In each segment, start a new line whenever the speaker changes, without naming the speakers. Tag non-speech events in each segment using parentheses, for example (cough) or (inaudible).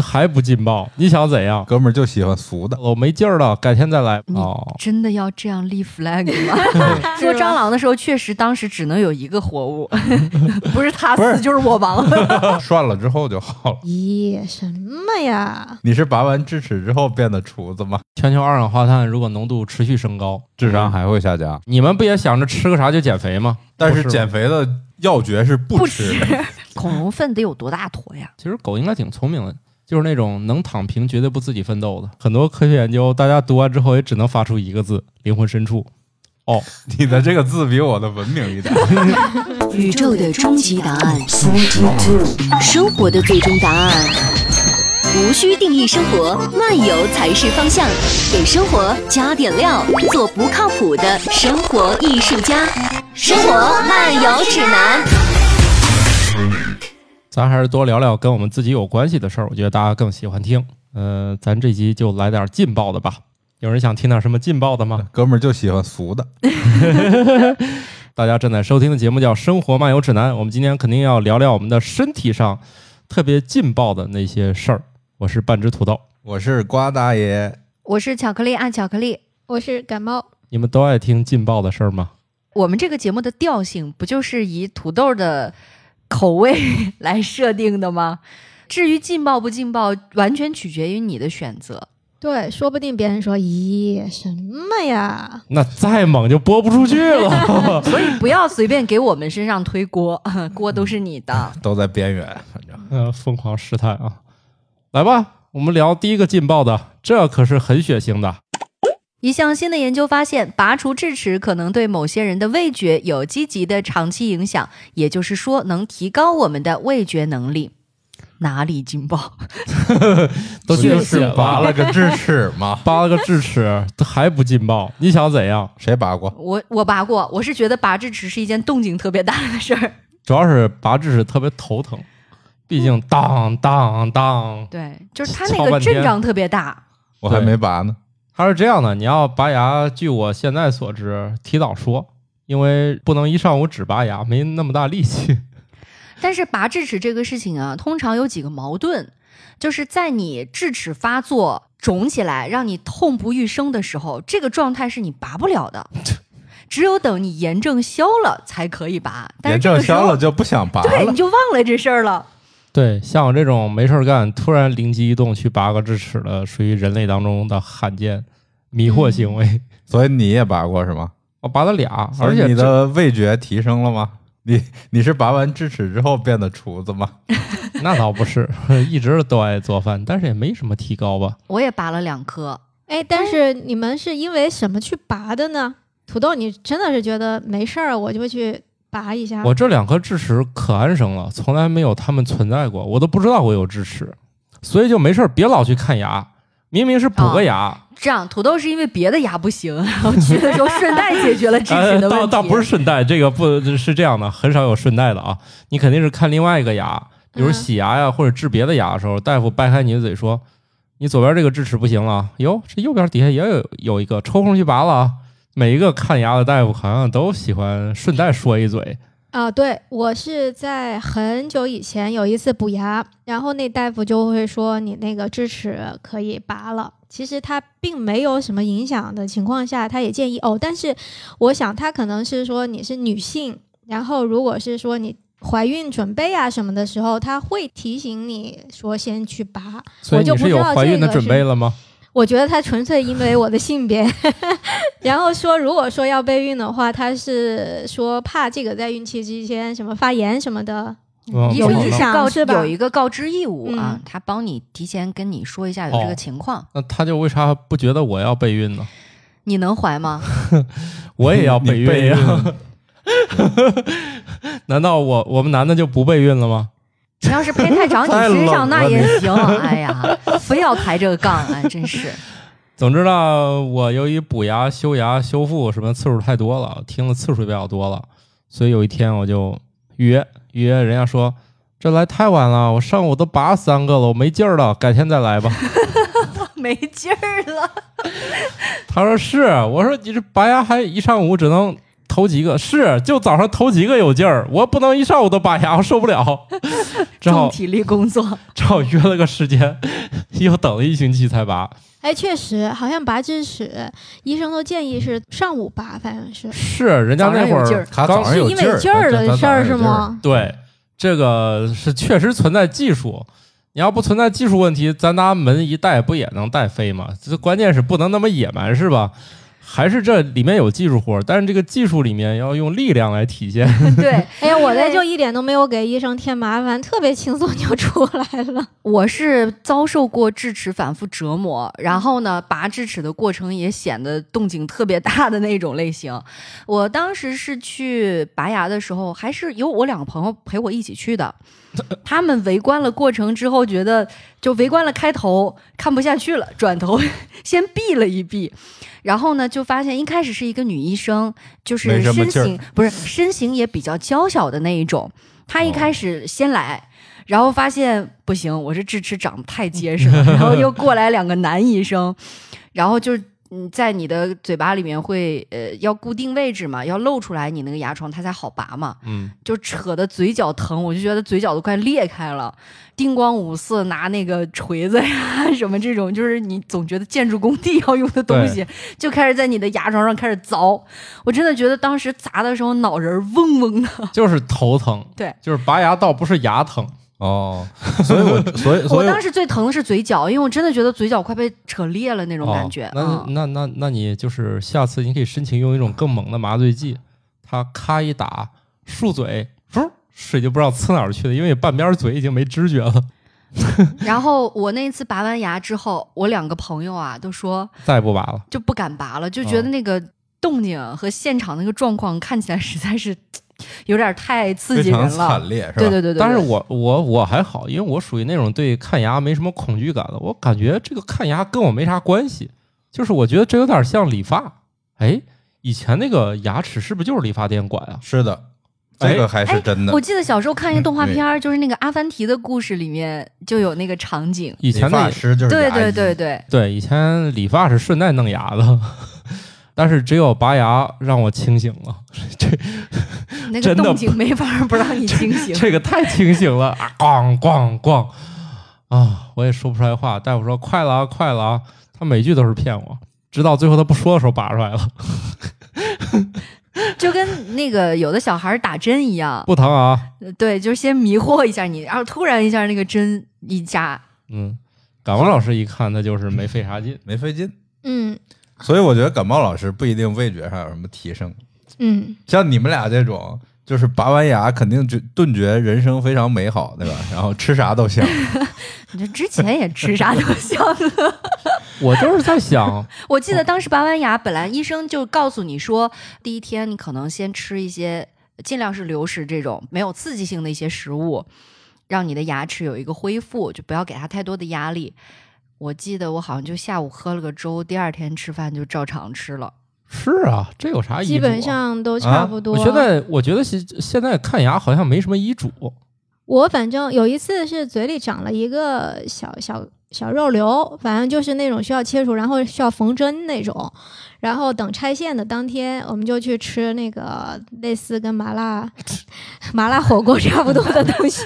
还不劲爆，你想怎样？
哥们儿就喜欢俗
哦
的，
我没劲儿了，改天再来。
你
哦，
真的要这样立 flag (laughs) 吗？说蟑螂的时候，确实当时只能有一个活物，不是他
不是
死就是我亡。
涮了之后就好了。
咦，什么呀？
你是拔完智齿之后变的厨子吗？
全球二氧化碳如果浓度持续升高，
智商还会下降，
你们不也想着吃个啥就减肥吗？
但
不
是
是
减肥的要诀是不
(laughs) 不
吃
吃。
(laughs)
恐龙粪得有多大坨呀？
其实狗应该挺聪明的，就是那种能躺平、绝对不自己奋斗的。很多科学研究，大家读完之后也只能发出一个字：灵魂深处。哦，
你的这个字比我的文明
(laughs)
一点。
宇宙的终极答案，生活的最终答案。无需定义生活，漫游才是方向。给生活加点料，做不靠谱的生活艺术家。生活漫游指南。
咱还是多聊聊跟我们自己有关系的事儿，我觉得大家更喜欢听。呃，咱这集就来点劲爆的吧。有人想听点什么劲爆的吗？
哥们儿就喜欢俗的，
大家正在收听的节目叫《生活漫游指南》，我们今天肯定要聊聊我们的身体上特别劲爆的那些事儿。我是半只土豆，
我是瓜大爷。
我是巧克力爱巧克力。
我是感冒，
你们都爱听劲爆的事儿吗？
我们这个节目的调性不就是以土豆的口味来设定的吗？至于劲爆不劲爆，完全取决于你的选择。
对，说不定别人说，咦，什么呀？
那再猛就播不出去了。 (laughs)
所以不要随便给我们身上推锅， (laughs) 锅都是你的。
都在边缘，反正
呃，疯狂试探啊！来吧，我们聊第一个劲爆的，这可是很血腥的。
一项新的研究发现，拔除智齿可能对某些人的味觉有积极的长期影响，也就是说，能提高我们的味觉能力。哪里劲爆？
都
不
去？
就是拔了个智齿吗 (laughs)
拔了个智齿，它还不劲爆？你想怎样？
谁拔过？
我我拔过，我是觉得拔智齿是一件动静特别大的事儿。
主要是拔智齿特别头疼，毕竟当当当。
对，就是它
操
那
半
个
天
阵仗特别大。
我还没拔呢。
它是这样的，你要拔牙，据我现在所知，提早说，因为不能一上午只拔牙，没那么大力气。 (laughs)
但是拔智齿这个事情啊，通常有几个矛盾，就是在你智齿发作、肿起来，让你痛不欲生的时候，这个状态是你拔不了 (laughs) 的，只有等你炎症消了才可以拔。但是
炎
这个
症
时候
消了，就不想拔
对，
了
你。就忘了这事儿了。
对，像我这种没事儿干，突然灵机一动去拔个智齿的，属于人类当中的罕见迷惑行为。
所以你也拔过是吗？
我拔了俩，而
所
且
以你
这
的味觉提升了吗？你你是拔完智齿之后变的厨子吗？
那倒不是， (laughs) 一直都爱做饭，但是也没什么提高吧。
我也拔了两颗，
哎，但是你们是因为什么去拔的呢？土豆，你真的是觉得没事儿，啊我就去拔一下？
我这两颗智齿可安生了，从来没有它们存在过，我都不知道我有智齿，所以就没事儿别老去看牙，明明是补个牙。
这样土豆是因为别的牙不 (laughs) 行，然后去的时候顺带解决了 (laughs) 智齿的问题。
呃、倒倒不是顺带，这个不是这样的，很少有顺带的啊。你肯定是看另外一个牙，比如
嗯
洗牙呀、或者治别的牙的时候，大夫掰开你的嘴说：“你左边这个智齿不行了啊，哟，这右边底下也有有一个，抽空去拔了啊。”每一个看牙的大夫好像都喜欢顺带说一嘴，
啊，对，我是在很久以前有一次补牙，然后那大夫就会说你那个智齿可以拔了。其实他并没有什么影响的情况下，他也建议哦。但是我想他可能是说你是女性，然后如果是说你怀孕准备啊什么的时候，他会提醒你说先去拔。
所以你
我就不
是
知
有
道
怀
这
孕的
个
准
是
备了吗？
我觉得他纯粹因为我的性别， (laughs) 然后说如果说要备孕的话，他是说怕这个在孕期期间什么发炎什么的。
嗯
一
有
个
影
响
告
是吧
有一个告知义务啊
嗯，
他帮你提前跟你说一下有这
哦
个情况，
那他就为啥不觉得我要备孕呢？
你能怀吗？
我也要备
你备
孕呀？ (laughs) 难道我我们男的就不备孕了吗？
你要是胚胎长你
太冷
身上那
了
也
你
行，哎呀，非要抬这个杠，哎，真是。
总之呢，我由于补牙、修牙、修复什么次数太多了，听的次数也比较多了，所以有一天我就预约预约，人家说这来太晚了，我上午都拔三个了，我没劲儿了，改天再来
(laughs)
吧。
(laughs) 没劲儿了，
他说是，我说你这拔牙还一上午只能头几个是就早上头几个有劲儿，我不能一上午都拔牙，我受不
(laughs)
了，只
重
好
体力
(laughs)
工作，
只好约了个时间， (laughs) 又等了一星期才拔。
哎，确实，好像拔智齿，医生都建议是上午拔，反正是
是人家那会
早上有劲儿
儿
他
刚
早上有
因为
劲
劲儿
他
的
他
事
早上
儿
有
是
劲儿？
吗？
对，这个是确实存在技术。你要不存在技术问题，咱拿门一带不也能带飞吗？这关键是不能那么野蛮，是吧？还是这里面有技术活儿，但是这个技术里面要用力量来体现。
对，
哎呀，我这
因为
就一点都没有给医生添麻烦，特别轻松就 (laughs) 出来了。
我是遭受过智齿反复折磨，然后呢，拔智齿的过程也显得动静特别大的那种类型。 (laughs) 我当时是去拔牙的时候，还是有我两个朋友陪我一起去的， (laughs) 他们围观了过程之后，觉得就围观了开头看不下去了， (laughs) 转头先避了一避，然后呢，就发现一开始是一个女医生，就
没
是
什么
身
劲儿
形不是身形也比较娇小的那一种，她一
哦
开始先来。然后发现不行，我这智齿长得太结实了，然后又过来两个男医生，然后就是嗯，在你的嘴巴里面会呃要固定位置嘛，要露出来你那个牙床，它才好拔嘛，
嗯，
就扯得嘴角疼，我就觉得嘴角都快裂开了，叮光五四拿那个锤子呀什么这种，就是你总觉得建筑工地要用的东西，就开始在你的牙床上开始凿，我真的觉得当时砸的时候脑仁儿嗡嗡的，
(laughs) 就是头疼，
(laughs) 对，
就是拔牙倒不是牙疼，
哦，所以我 (laughs) 所以
我
所以
当时最疼的是嘴角，因为我真的觉得嘴角快被扯裂了那种感觉。
哦
嗯
那那那那你就是下次你可以申请用一种更猛的麻醉剂，它咔一打，漱嘴，噗，水就不知道呲哪儿去了，因为半边嘴已经没知觉了，
然后我那一次拔完牙之后，我两个朋友啊都说
再也不拔了。
就不敢拔了，就
哦
觉得那个动静和现场那个状况看起来实在是有点太刺
非
激人
常惨
了。
烈是吧？
对对对对，
但是
对
我我我还好，因为我属于那种对看牙没什么恐惧感的，我感觉这个看牙跟我没啥关系，就是我觉得这有点像理发，哎，以前那个牙齿是不是就是理发店管啊？
是的，
哎
这个还是真的。
我记得小时候看一个动画
嗯对
片儿，就是那个《阿凡提的故事》里面就有那个场景。
以前
理发
那
师就是
对
牙
对
医
对对，
对，以前理发是顺带弄牙的， (laughs) 但是只有拔牙让我清醒了，
那个
真的
动静没法儿
(laughs)
不让你清醒。
这个太清醒了啊！咣咣咣啊！我也说不出来话，大夫说快了啊，快了啊！他每句都是骗我，直到最后他不说的时候拔出来了，
就跟那个有的小孩儿打针一样，
不疼啊，
呃对，就是先迷惑一下你，然后突然一下那个针一扎，
嗯。感冒老师一看，他就是没费啥劲。
没费劲。
嗯
所以我觉得感冒老师不一定味觉上有什么提升，
嗯，
像你们俩这种，就是拔完牙肯定觉顿觉人生非常美好，
(laughs)
对吧？然后吃啥都香，
你这之前也吃啥都香。
(laughs) 我就是在想，
(laughs) 我记得当时拔完牙，本来医生就告诉你说，第一天你可能先吃一些尽量是流食这种没有刺激性的一些食物，让你的牙齿有一个恢复，就不要给它太多的压力。我记得我好像就下午喝了个粥，第二天吃饭就照常吃了。
是啊，这有啥医嘱啊、
基本上都差不多。
我觉得，我觉得现现在看牙好像没什么医嘱。
我反正有一次是嘴里长了一个小小小肉瘤，反正就是那种需要切除，然后需要缝针那种。然后等拆线的当天，我们就去吃那个类似跟麻辣 (laughs) 麻辣火锅 (laughs) 差不多的东西。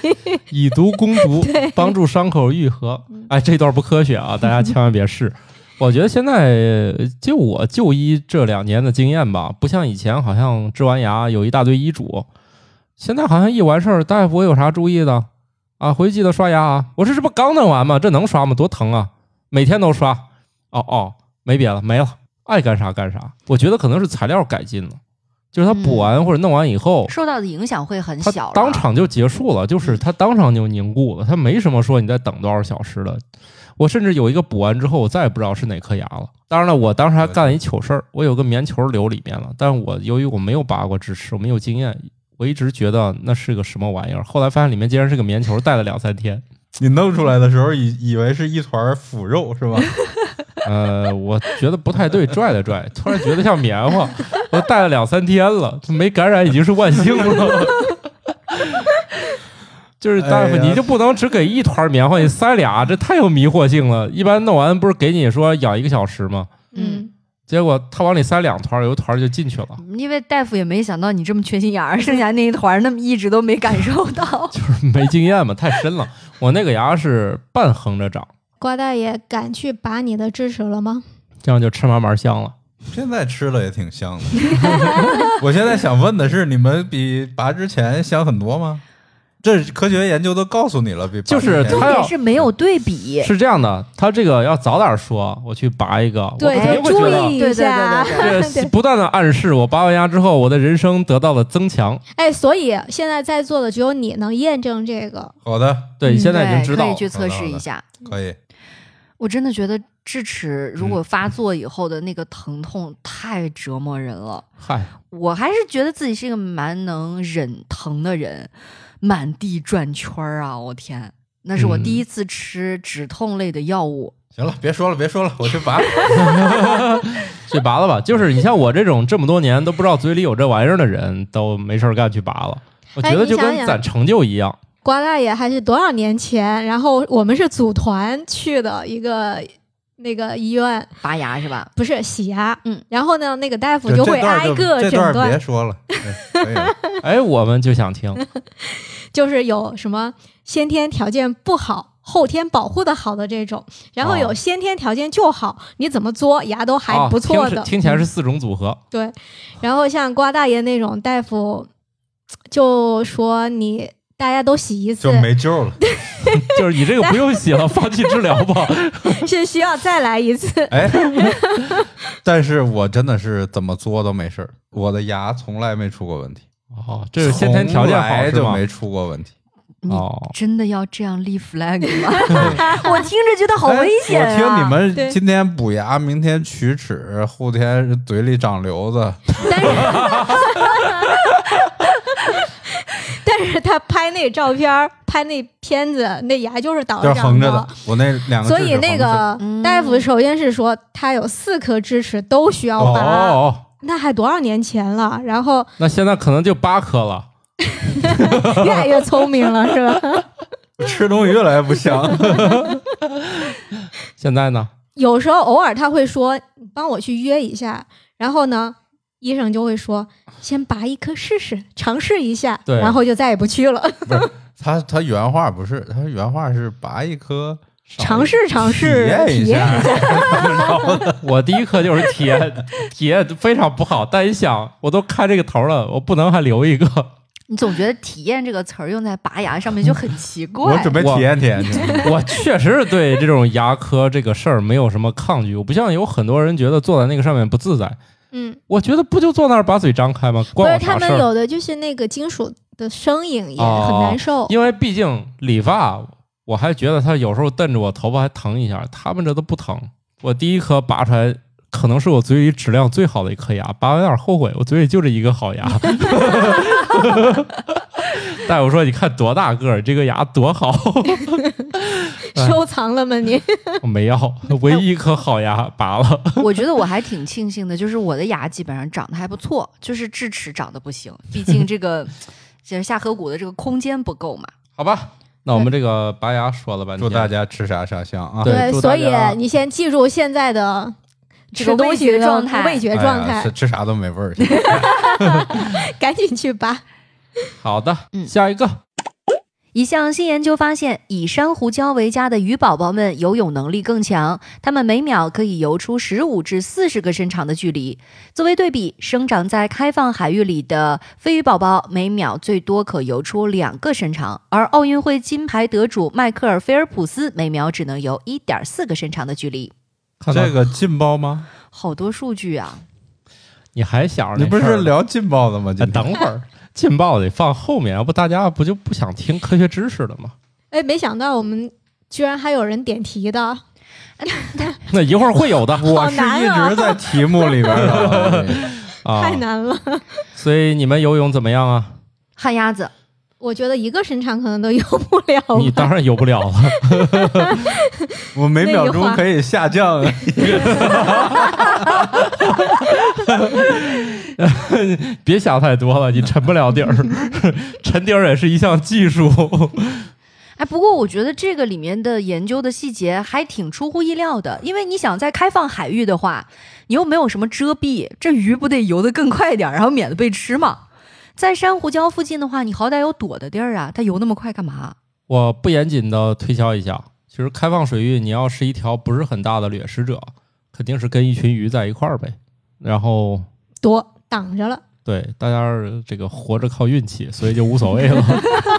以毒攻毒，帮助伤口愈合。哎，这段不科学啊，大家千万别试。我觉得现在呃就我就医这两年的经验吧，不像以前好像治完牙有一大堆医嘱，现在好像一完事儿，大夫我有啥注意的啊？回去记得刷牙啊！我说这不刚弄完吗？这能刷吗？多疼啊！每天都刷。哦哦，没别的，没了，爱干啥干啥。我觉得可能是材料改进了，就是他补完或者弄完以后，
受到的影响会很
它
小了，
哦
嗯
当场就结束了，就是它当场就凝固了，它没什么说你再等多少小时的。我甚至有一个补完之后，我再也不知道是哪颗牙了。当然了，我当时还干了一糗事儿，我有个棉球留里面了，但我由于我没有拔过智齿，我没有经验，我一直觉得那是个什么玩意儿。后来发现里面竟然是个棉球，戴了两三天。
你弄出来的时候以以为是一团腐肉是吧？ (laughs)
呃，我觉得不太对，拽了拽，突然觉得像棉花，我戴了两三天了，没感染已经是万幸了。 (laughs) 就是大夫，
哎呀
你就不能只给一团棉花，你塞俩，这太有迷惑性了。一般弄完不是给你说养一个小时吗？
嗯，
结果他往里塞两团儿，有一团儿就进去了， (laughs)
因为大夫也没想到你这么缺心眼儿，剩下那一团儿那么一直都没感受到。
没经验嘛，太深了。我那个牙是半横着长，
瓜大爷敢去拔你的智齿了吗？
这样就吃嘛嘛香了。
现在吃了也挺香
(laughs)
的。我现在想问的是，你们比拔之前香很多吗？这科学研究都告诉你了，比拔
就
之前
是
重
哎他要
点是没有对比，
是这样的，他这个要早点说，我去拔一个，我肯
对，
哎
定
就
会觉
注
得
意
对对
一下。 (laughs)
对
这不断的暗示我拔完牙之后，我的人生得到了增强。
哎，所以现在在座的只有你能验证这个。
好的，
对，
嗯
现在已经
对，
知
哎可
道
以
了。嗯
去测
好的
试
好
一
的
下。
可以。
我真的觉得智齿
嗯
如果发作以后的那个疼痛太折磨人了。
嗨，
我还是觉得自己是一个蛮能忍疼的人，满地转圈儿啊！我天，那是我
嗯
第一次吃止痛类的药物。
行了，别说了，别说了，我去拔。
去拔了吧。就是你像我这种这么多年都不知道嘴里有这玩意儿的人，都没事儿干去拔了。我觉得就
哎你
跟
想想
攒成就一样，
瓜大爷还是多少年前，然后我们是组团去的一个那个医院，
拔牙是吧？
不是洗牙，
嗯，
然后呢，那个大夫
这
会
段
挨
就
个
这
诊
段
断，
别说了，对可以
(laughs)
了。
哎，我们就想听。
就是有什么先天条件不好、后天保护的好的这种，然后
哦
有先天条件就好，你怎么作牙都 (laughs) 还
哦
啊
不错
听
的。
是听起来是四种组合。
对，然后像瓜大爷那种大夫，就说你大家都洗一次
就没救了。
就是你这个不用洗了，放弃治疗
(laughs)
吧。
(laughs) 是需要再
(laughs)
来一次。
哎，但是我真的是怎么作都没事儿，我的牙从来没出过问题，
哦，这是先天条件
从
好
来
是
就
吗？
没出过问题。
你
哦，
真的要这样立 flag 吗？
(laughs)
我听着觉得好危险啊！
哎我听你们
对
今天补牙，明天龋齿，后天嘴里长瘤子，
但是，
(laughs)
但是他拍那照片儿，拍那片子，那牙就是倒
就是
着
横
长
着的。我那两个，
所以那个
嗯
大夫首先是说他有四颗智齿都需要
哦
拔，
哦，
那还多少年前了？然后
那现在可能就八颗了。
越来越聪明了，是吧？
吃东西越来越不香。 (laughs)
现在呢？
有时候偶尔他会说：“你帮我去约一下。”然后呢，医生就会说：“先拔一颗试试，尝试一下。”
对
然后就再也不去了。
(laughs)
不是他，他原话不是，他原话是拔一颗
尝试尝试，
体验一下。
(laughs)
我第一颗就是体 (laughs) 验，体验非常不好。但一想，我都开这个头了，我不能还留一个。
你总觉得“体验”这个词儿用在拔牙上面就很
(laughs)
奇
我
怪。
准备体验体验去。
(laughs) 我确实是对这种牙科这个事儿没有什么抗拒，我不像有很多人觉得坐在那个上面不自在。
嗯，
我觉得不就坐那儿把嘴张开吗？
不
关
是
我
他
啥事
们
儿？啊
有的就是那个金属的声音也
哦
很难受。
因为毕竟理发，我还觉得他有时候瞪着我头发还疼一下，他们这都不疼。我第一颗拔出来，可能是我嘴里质量最好的一颗牙，拔完有点后悔，我嘴里就这一个好牙。 (laughs) 大夫说：“你看多大个儿，这个牙多好。 (laughs) 哎
收藏了吗你？”
我没要，唯一一颗好牙拔了。
我觉得我还挺庆幸的，就是我的牙基本上长得还不错，就是智齿长得不行，毕竟这个就是下颌骨的这个空间不够嘛。
好吧，那我们这个拔牙说了半天，
祝大家吃啥啥香啊！
(laughs) 对祝大
所以
家
你先记住现在的
这个
吃东
味
西
觉
的
状态
味觉状
哎呀
态
吃，吃啥都没味儿。
赶紧去拔。
好的，
嗯
下一个
一项新研究发现，以珊瑚礁为家的鱼宝宝们游泳能力更强，它们每秒可以游出十五至四十个身长的距离。作为对比，生长在开放海域里的飞鱼宝宝每秒最多可游出两个身长，而奥运会金牌得主迈克尔·菲尔普斯每秒只能游一点四个身长的距离。
看到
这个劲爆吗？
好多数据啊！
你还想着
你
那
不
事儿
是
呢
聊劲爆的吗？今
哎
天
等会儿劲爆得放后面，要不大家不就不想听科学知识了吗？
哎，没想到我们居然还有人点题的，
(laughs) 那一会儿会有的
我是
难
一
啊
直在题目里边
(laughs)
儿的。
啊
太，难了。
所以你们游泳怎么样啊？
旱鸭子，
我觉得一个身长可能都游 (laughs) 不了吧。
你当然游不了了， (laughs)
我每秒
那一
钟
花
可以下降，啊
别 (laughs) 想太多了，你沉不了底儿，沉底儿也是一项技术。
哎，哎，不过我觉得这个里面的研究的细节还挺出乎意料的，因为你想在开放海域的话，你又没有什么遮蔽，这鱼不得游得更快点儿，然后免得被吃嘛。在珊瑚礁附近的话，你好歹有躲的地儿啊，它游那么快干嘛？ (laughs)
我不严谨的推敲一下，其实开放水域你要是一条不是很大的掠食者，肯定是跟一群鱼在一块儿呗。然后
躲挡着了。
对大家这个活着靠运气，所以就无所谓了，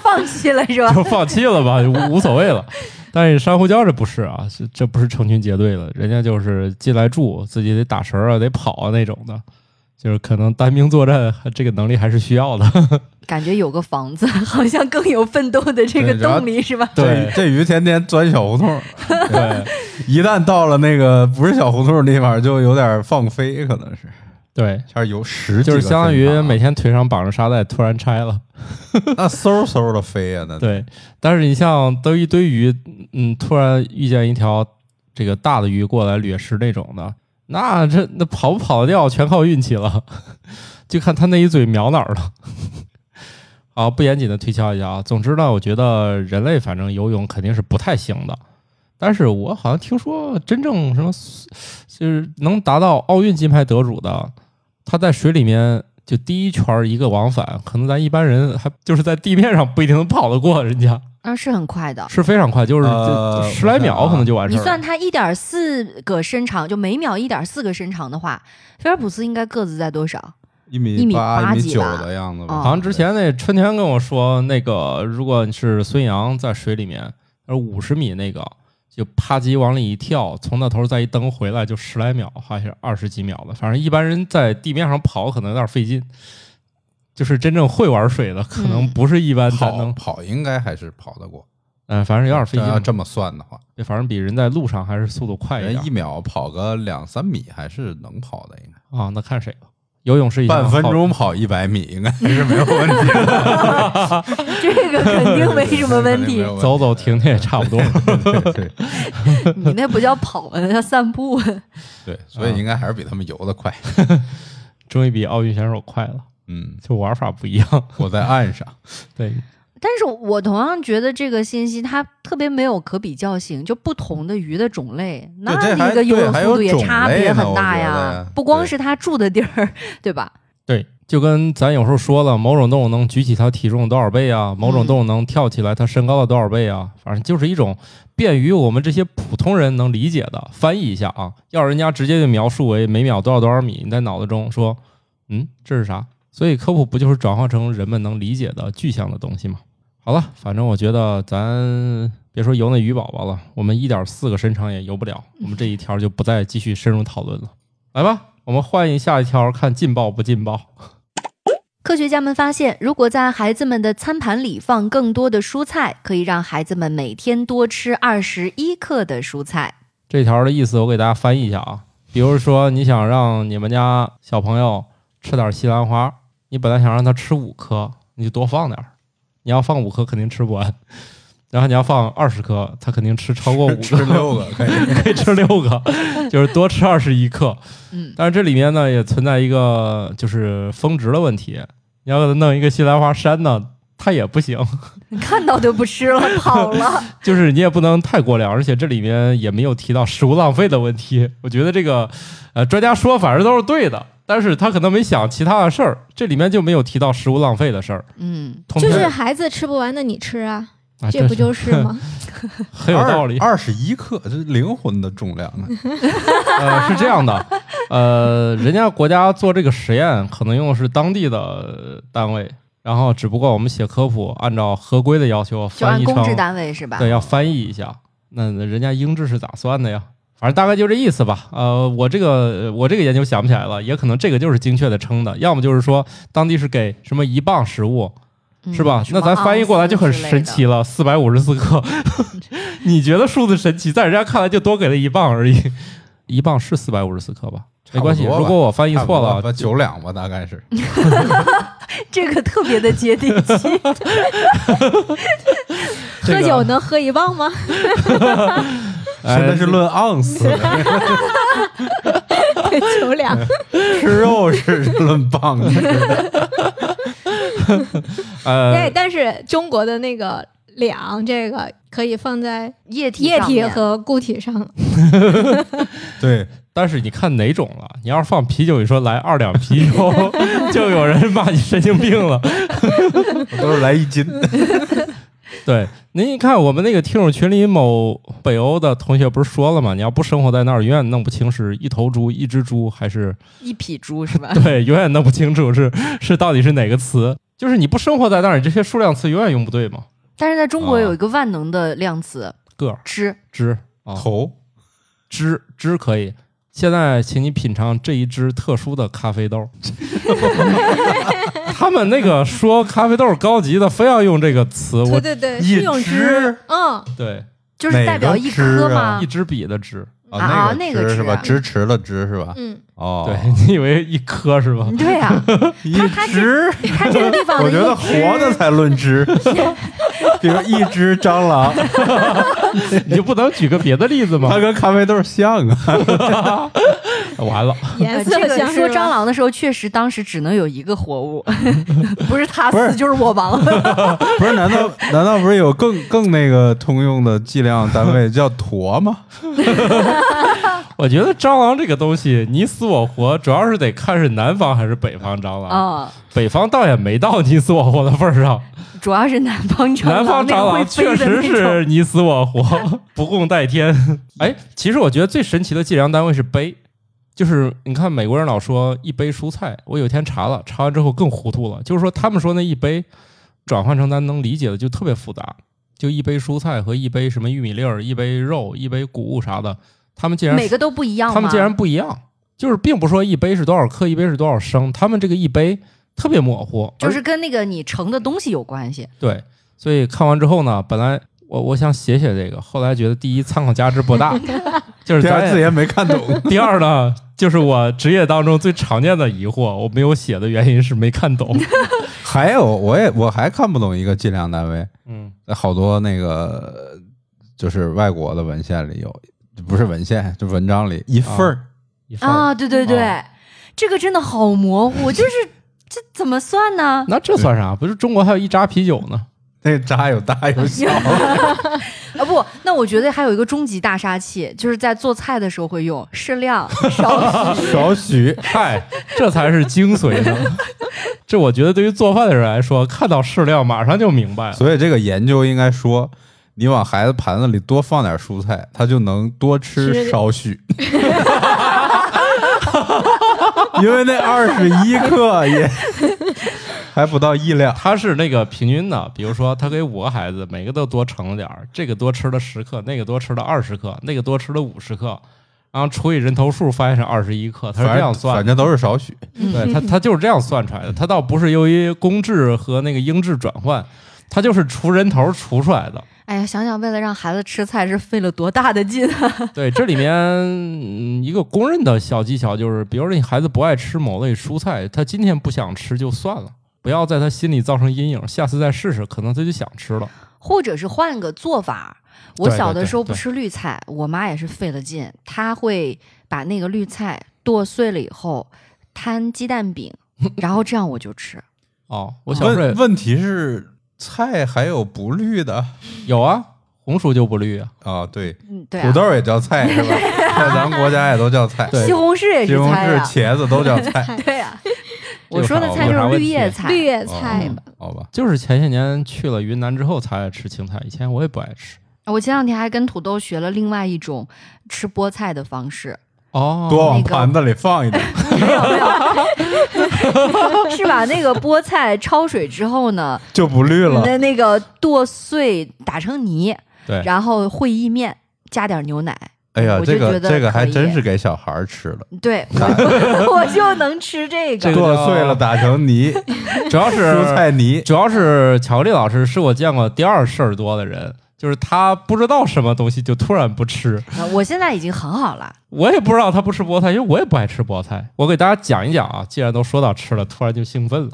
放弃了是吧？
就放弃了吧，无无所谓了。但是珊瑚礁这不是啊，是这不是成群结队的，人家就是进来住，自己得打绳儿啊，得跑啊那种的，就是可能单兵作战这个能力还是需要的。 (laughs)
感觉有个房子， (laughs) 好像更有奋斗的这个
对然后
动力是吧？
对
这这鱼天天钻小胡同，
对。
一旦到了那个不是小胡同的地方，就有点放飞，可能是
对，
这儿有十几
就
个
是相当于
身啊法
每天腿上绑着沙袋，突然拆了。
那嗖嗖的飞呀、那
对，但是你像都一堆鱼，嗯，突然遇见一条这个大的鱼过来掠食那种的，那这那跑不跑得掉，全靠运气了， (laughs) 就看它那一嘴瞄哪儿了。 (laughs) 啊，不严谨的推敲一下啊。总之呢，我觉得人类反正游泳肯定是不太行的，但是我好像听说真正什么就是能达到奥运金牌得主的，他在水里面就第一圈儿一个往返，可能咱一般人还就是在地面上不一定能跑得过人家，
啊，是很快的。
是非常快，就是
呃
十来秒可能就完事
啊你
儿
算
了。
它一点四个身长，就每秒一点四个身长的话，菲尔普斯应该个子在多少？ (laughs)
一米
一米
八、
八
一米
几
九
吧
的样子
哦
吧。
好像之前那春田跟我说，那个如果你是孙杨在水里面，呃五十米那个，就啪叽往里一跳，从那头再一蹬回来，就十来秒还是二十几秒的，反正一般人在地面上跑可能有点费劲。 (laughs) 就是真正会玩水的，可能
嗯
不是一般咱能
跑，跑应该还是跑得过，
嗯、反正有点费
这
劲
要
嘛。
这么算的话，
对，反正比人在路上还是速度快一
人一
点
秒跑个两三米还是能跑的，应该
啊。那看谁了。游泳是一项
半分
好
钟跑一百米应该还是没有问题 (laughs) 的，
这个肯定没什么问
肯定没
题
有。问题
走走停停也差
(laughs)
不多。 (laughs)
对对
你那不叫跑，啊那叫散步。啊
对，所以应该还是比他们游得快。
终于比奥运选手快了，
嗯，
就玩法不一样。 (laughs)
我在岸 (laughs) 上，
对，
(laughs) 但是我同样觉得这个信息它特别没有可比较性，就不同的鱼的种类，那
这还
那个游泳
对
速度也
还有
差别很大
种类呢我觉得呀
不光是它住的地儿， (laughs) 对吧？
对，就跟咱有时候说了，某种动物能举起它体重多少倍啊，某种动物能跳起来它身高的多少倍啊，反正就是一种便于我们这些普通人能理解的。翻译一下啊，要人家直接就描述为每秒多少多少米，你在脑子中说，嗯，这是啥？所以科普不就是转化成人们能理解的具象的东西吗？好了，反正我觉得咱别说游那鱼宝宝了，我们一点四个身长也游不了，我们这一条就不再继续深入讨论了。来吧，我们换一下一条，看劲爆不劲爆。
科学家们发现，如果在孩子们的餐盘里放更多的蔬菜，可以让孩子们每天多吃二十一克的蔬菜。 (laughs)
这条的意思我给大家翻译一下啊，比如说你想让你们家小朋友吃点西兰花，你本来想让他吃五颗，你就多放点儿。你要放五颗肯定吃不完，然后你要放二十颗，他肯定吃超过五
吃六 (laughs) 个可以。
可以吃六个， (laughs) 就是多吃二十一克。
嗯
但是这里面呢也存在一个就是峰值的问题，你要给他弄一个西兰花山呢，它也不行，
看到就不吃了，跑
(laughs)
了。
就是你也不能太过量，而且这里面也没有提到食物浪费的问题。我觉得这个呃专家说反正都是对的，但是他可能没想其他的事儿，这里面就没有提到食物浪费的事儿。
嗯，
通
(laughs) 就
篇
是孩子吃不完的你吃啊，
啊，
这不
真
就是吗？
很有道理？
二十一克，这是灵魂的重量啊！
呃，是这样的，呃，人家国家做这个实验，可能用的是当地的单位，然后只不过我们写科普，按照合规的要求
就
翻
按
译成
公制单位是吧？
对，要翻译一下。那人家英制是咋算的呀？反正大概就这意思吧。呃，我这个我这个研究想不起来了，也可能这个就是精确的称的，要么就是说当地是给什么一磅食物，
嗯
是吧？
什
那
么
咱翻译过来就很
盎司之类的嗯
神奇了，四百五十四克。 (laughs) 你觉得数字神奇，在人家看来就多给了一磅而已，一磅是四百五十四克吧？没关系，
差不多吧
如果我翻译错
差不多吧
了，
九两吧，大概是。
(laughs) 这个特别的接地
(laughs)
气。
这个
喝酒能喝一磅吗？
哎
真的是论盎司，
酒量。
(laughs) 吃肉是论磅的。
呃
(laughs) 对，但是中国的那个两这个可以放在
液体
液
上
体
面
和固体上了。
对，
但是你看哪种了？你要是放啤酒，你说来二两啤酒， (laughs) 就有人骂你神经病了。
我都是来一斤。
对，您一看我们那个听友群里某北欧的同学不是说了吗？你要不生活在那儿，永远弄不清是一头猪、一只猪，还是？
一匹猪是吧
(laughs) 对，永远弄不清楚是是到底是哪个词。就是你不生活在那儿，你这些数量词永远用不对嘛。
但是在中国
啊
有一个万能的量词
个儿、
只，
只啊，
(laughs) 头
汁汁可以。现在，请你品尝这一支特殊的咖啡豆。 (laughs) 他们那个说咖啡豆高级的，非要用这个词，
对
我
对对，
一
是用
只
汁，嗯，
对
就是代表一颗吗
一？支笔的支，
啊
那
那个
支是吧？
支
支持了支是吧？ (laughs)
嗯，
哦，
对，你以为一颗是吧？
对呀、
一
它
只，
它这个地方的
我觉得
一只
活的才论只，比如一只蟑螂，
(laughs) 你就不能举个别的例子吗
(laughs) 它？跟咖啡豆像啊。
(laughs) 完了，
颜色
这个
像
说
是
蟑
吧
螂的时候，确实当时只能有一个活物，
(laughs)
不是他
不是
死就是我亡了。
(laughs) 不是？难道难道不是有更更那个通用的计量单位叫坨 (laughs) 吗？
我觉得蟑螂这个东西你死我活，主要是得看是南方还是北方蟑螂。
啊、
北方倒也没到你死我活的份儿上，
主要是南方蟑
南方
那
蟑
个会
螂确
飞的那
实
种。
是你死我
(laughs)
活，不共戴天。 (laughs) 哎，其实我觉得最神奇的计量单位是杯，就是你看美国人老说一杯蔬菜，我有一天查了，查完之后更糊涂了，就是说他们说那一杯转换成咱能理解的就特别复杂，就一杯蔬菜和一杯什么玉米粒儿、一杯肉、一杯谷物啥的，他们竟然
每个都不一样吗？
他们竟然不一样，就是并不说一杯是多少克，一杯是多少升，他们这个一杯特别模糊，
就
而
是跟那个你盛的东西有关系。
对，所以看完之后呢，本来我我想写写这个，后来觉得第一参考价值不大，就是
第二
咱
字
也
也没看 (laughs) 懂。
第二呢，就是我职业当中最常见的疑惑，我没有写的原因是没看懂。
还有，我也我还看不懂一个计量单位，
嗯，
好多那个就是外国的文献里有，不是文献，就文章里一份儿。
一份儿，
啊，对对对，
哦
这个真的好模糊，就是这怎么算呢？
那这算啥？不是中国还有一扎啤酒呢？
那渣有大有小，
(laughs) 啊不，那我觉得还有一个终极大杀器，就是在做菜的时候会用适
(laughs)
量少许。
(laughs) 少许
嗨，这才是精髓呢。 (laughs) 这我觉得对于做饭的人来说，看到适量马上就明白了。
所以这个研究应该说，你往孩子盘子里多放点蔬菜，他就能多吃
吃
少许。 (laughs) 因为那二十一克也还不到一两，
它是那个平均的，比如说他给五个孩子，每个都多盛了点儿，这个多吃了十克，那个多吃了二十克，那个多吃了五十克，然后除以人头数发现是二十一克，它是
反
这样
正
算
反
的。
正都是少许。
对，它它就是这样算出来的，它倒不是由于公制和那个英制转换，它就是除人头除出
(laughs)
来的。
哎呀，想想为了让孩子吃菜是费了多大的劲啊！ (laughs)
对，这里面、嗯一个公认的小技巧就是，比如说你孩子不爱吃某类蔬菜，他今天不想吃就算了，不要在他心里造成阴影，下次再试试，可能他就想吃了。
或者是换个做法。我
对
小
对
的
对
时候不
对
吃绿菜，我妈也是费了劲，她会把那个绿菜剁碎了以后摊鸡蛋饼，然后这样我就吃。
哦，我小时候也
问问题是菜还有不绿的
有啊，红薯就不绿啊。
啊，对，
嗯，对、
土
啊，
豆也叫菜是吧？在咱们国家也都叫菜，
对
西红柿也
西
是
红
菜
柿、
呀、
茄子都叫菜。
对呀、
有
我说的
啥
菜
有
就
啥
是
问
绿
题
叶菜，
绿叶菜
哦，好吧，
就是前些年去了云南之后才爱吃青菜，以前我也不爱吃。
我前两天还跟土豆学了另外一种吃菠菜的方式，
哦
多啊往
那个
盘子里放一点。
没有没有， (laughs) 是把那个菠菜焯水之后呢，
就不绿了。
那那个剁碎打成泥，
对
然后烩意面，加点牛奶，
哎呀，
我就
这
觉
个
得
这个
可
还
以
真是给小孩儿吃的， (laughs)
对我就我就能吃这
这
个
个
剁
叫
碎了打成泥，
主 (laughs) 要是
蔬菜泥。
主要是巧克力老师是我见过第二事儿多的人，就是他不知道什么东西就突然不吃。
啊。我现在已经很好了，
我也不知道他不吃菠菜，因为我也不爱吃菠菜。我给大家讲一讲啊，既然都说到吃了，突然就兴奋了。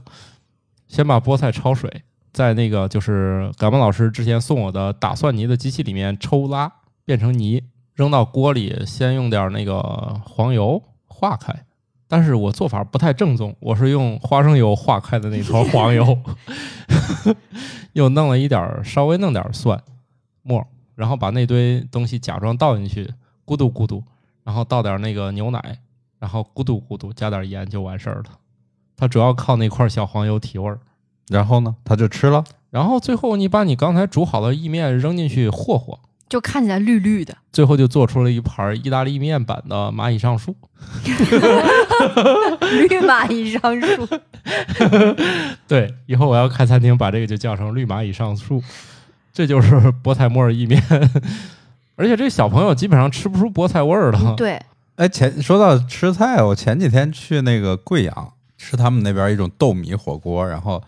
先把菠菜焯水，在那个就是感冒老师之前送我的打蒜泥的机器里面抽拉变成泥，扔到锅里，先用点那个黄油化开。但是我做法不太正宗，我是用花生油化开的那坨黄油， (laughs) 又弄了一点儿，稍微弄点儿蒜末儿，然后把那堆东西假装倒进去，咕嘟咕嘟，然后倒点儿那个牛奶，然后咕嘟咕嘟加点儿盐就完事儿了。它主要靠那块儿小黄油提味儿。
然后呢，他就吃了。
然后最后你把你刚才煮好的意面扔进去和和，
就看起来绿绿的。
最后就做出了一盘儿意大利面版的蚂蚁上树。
绿蚂蚁上
(laughs)
树，
对，以后我要开餐厅，把这个就叫成绿蚂蚁上树，这就是菠菜末儿意面。 (laughs) 而且这小朋友基本上吃不出菠菜味儿的。
嗯对，
哎，前说到吃菜，我前几天去那个贵阳吃他们那边一种豆米火锅，然后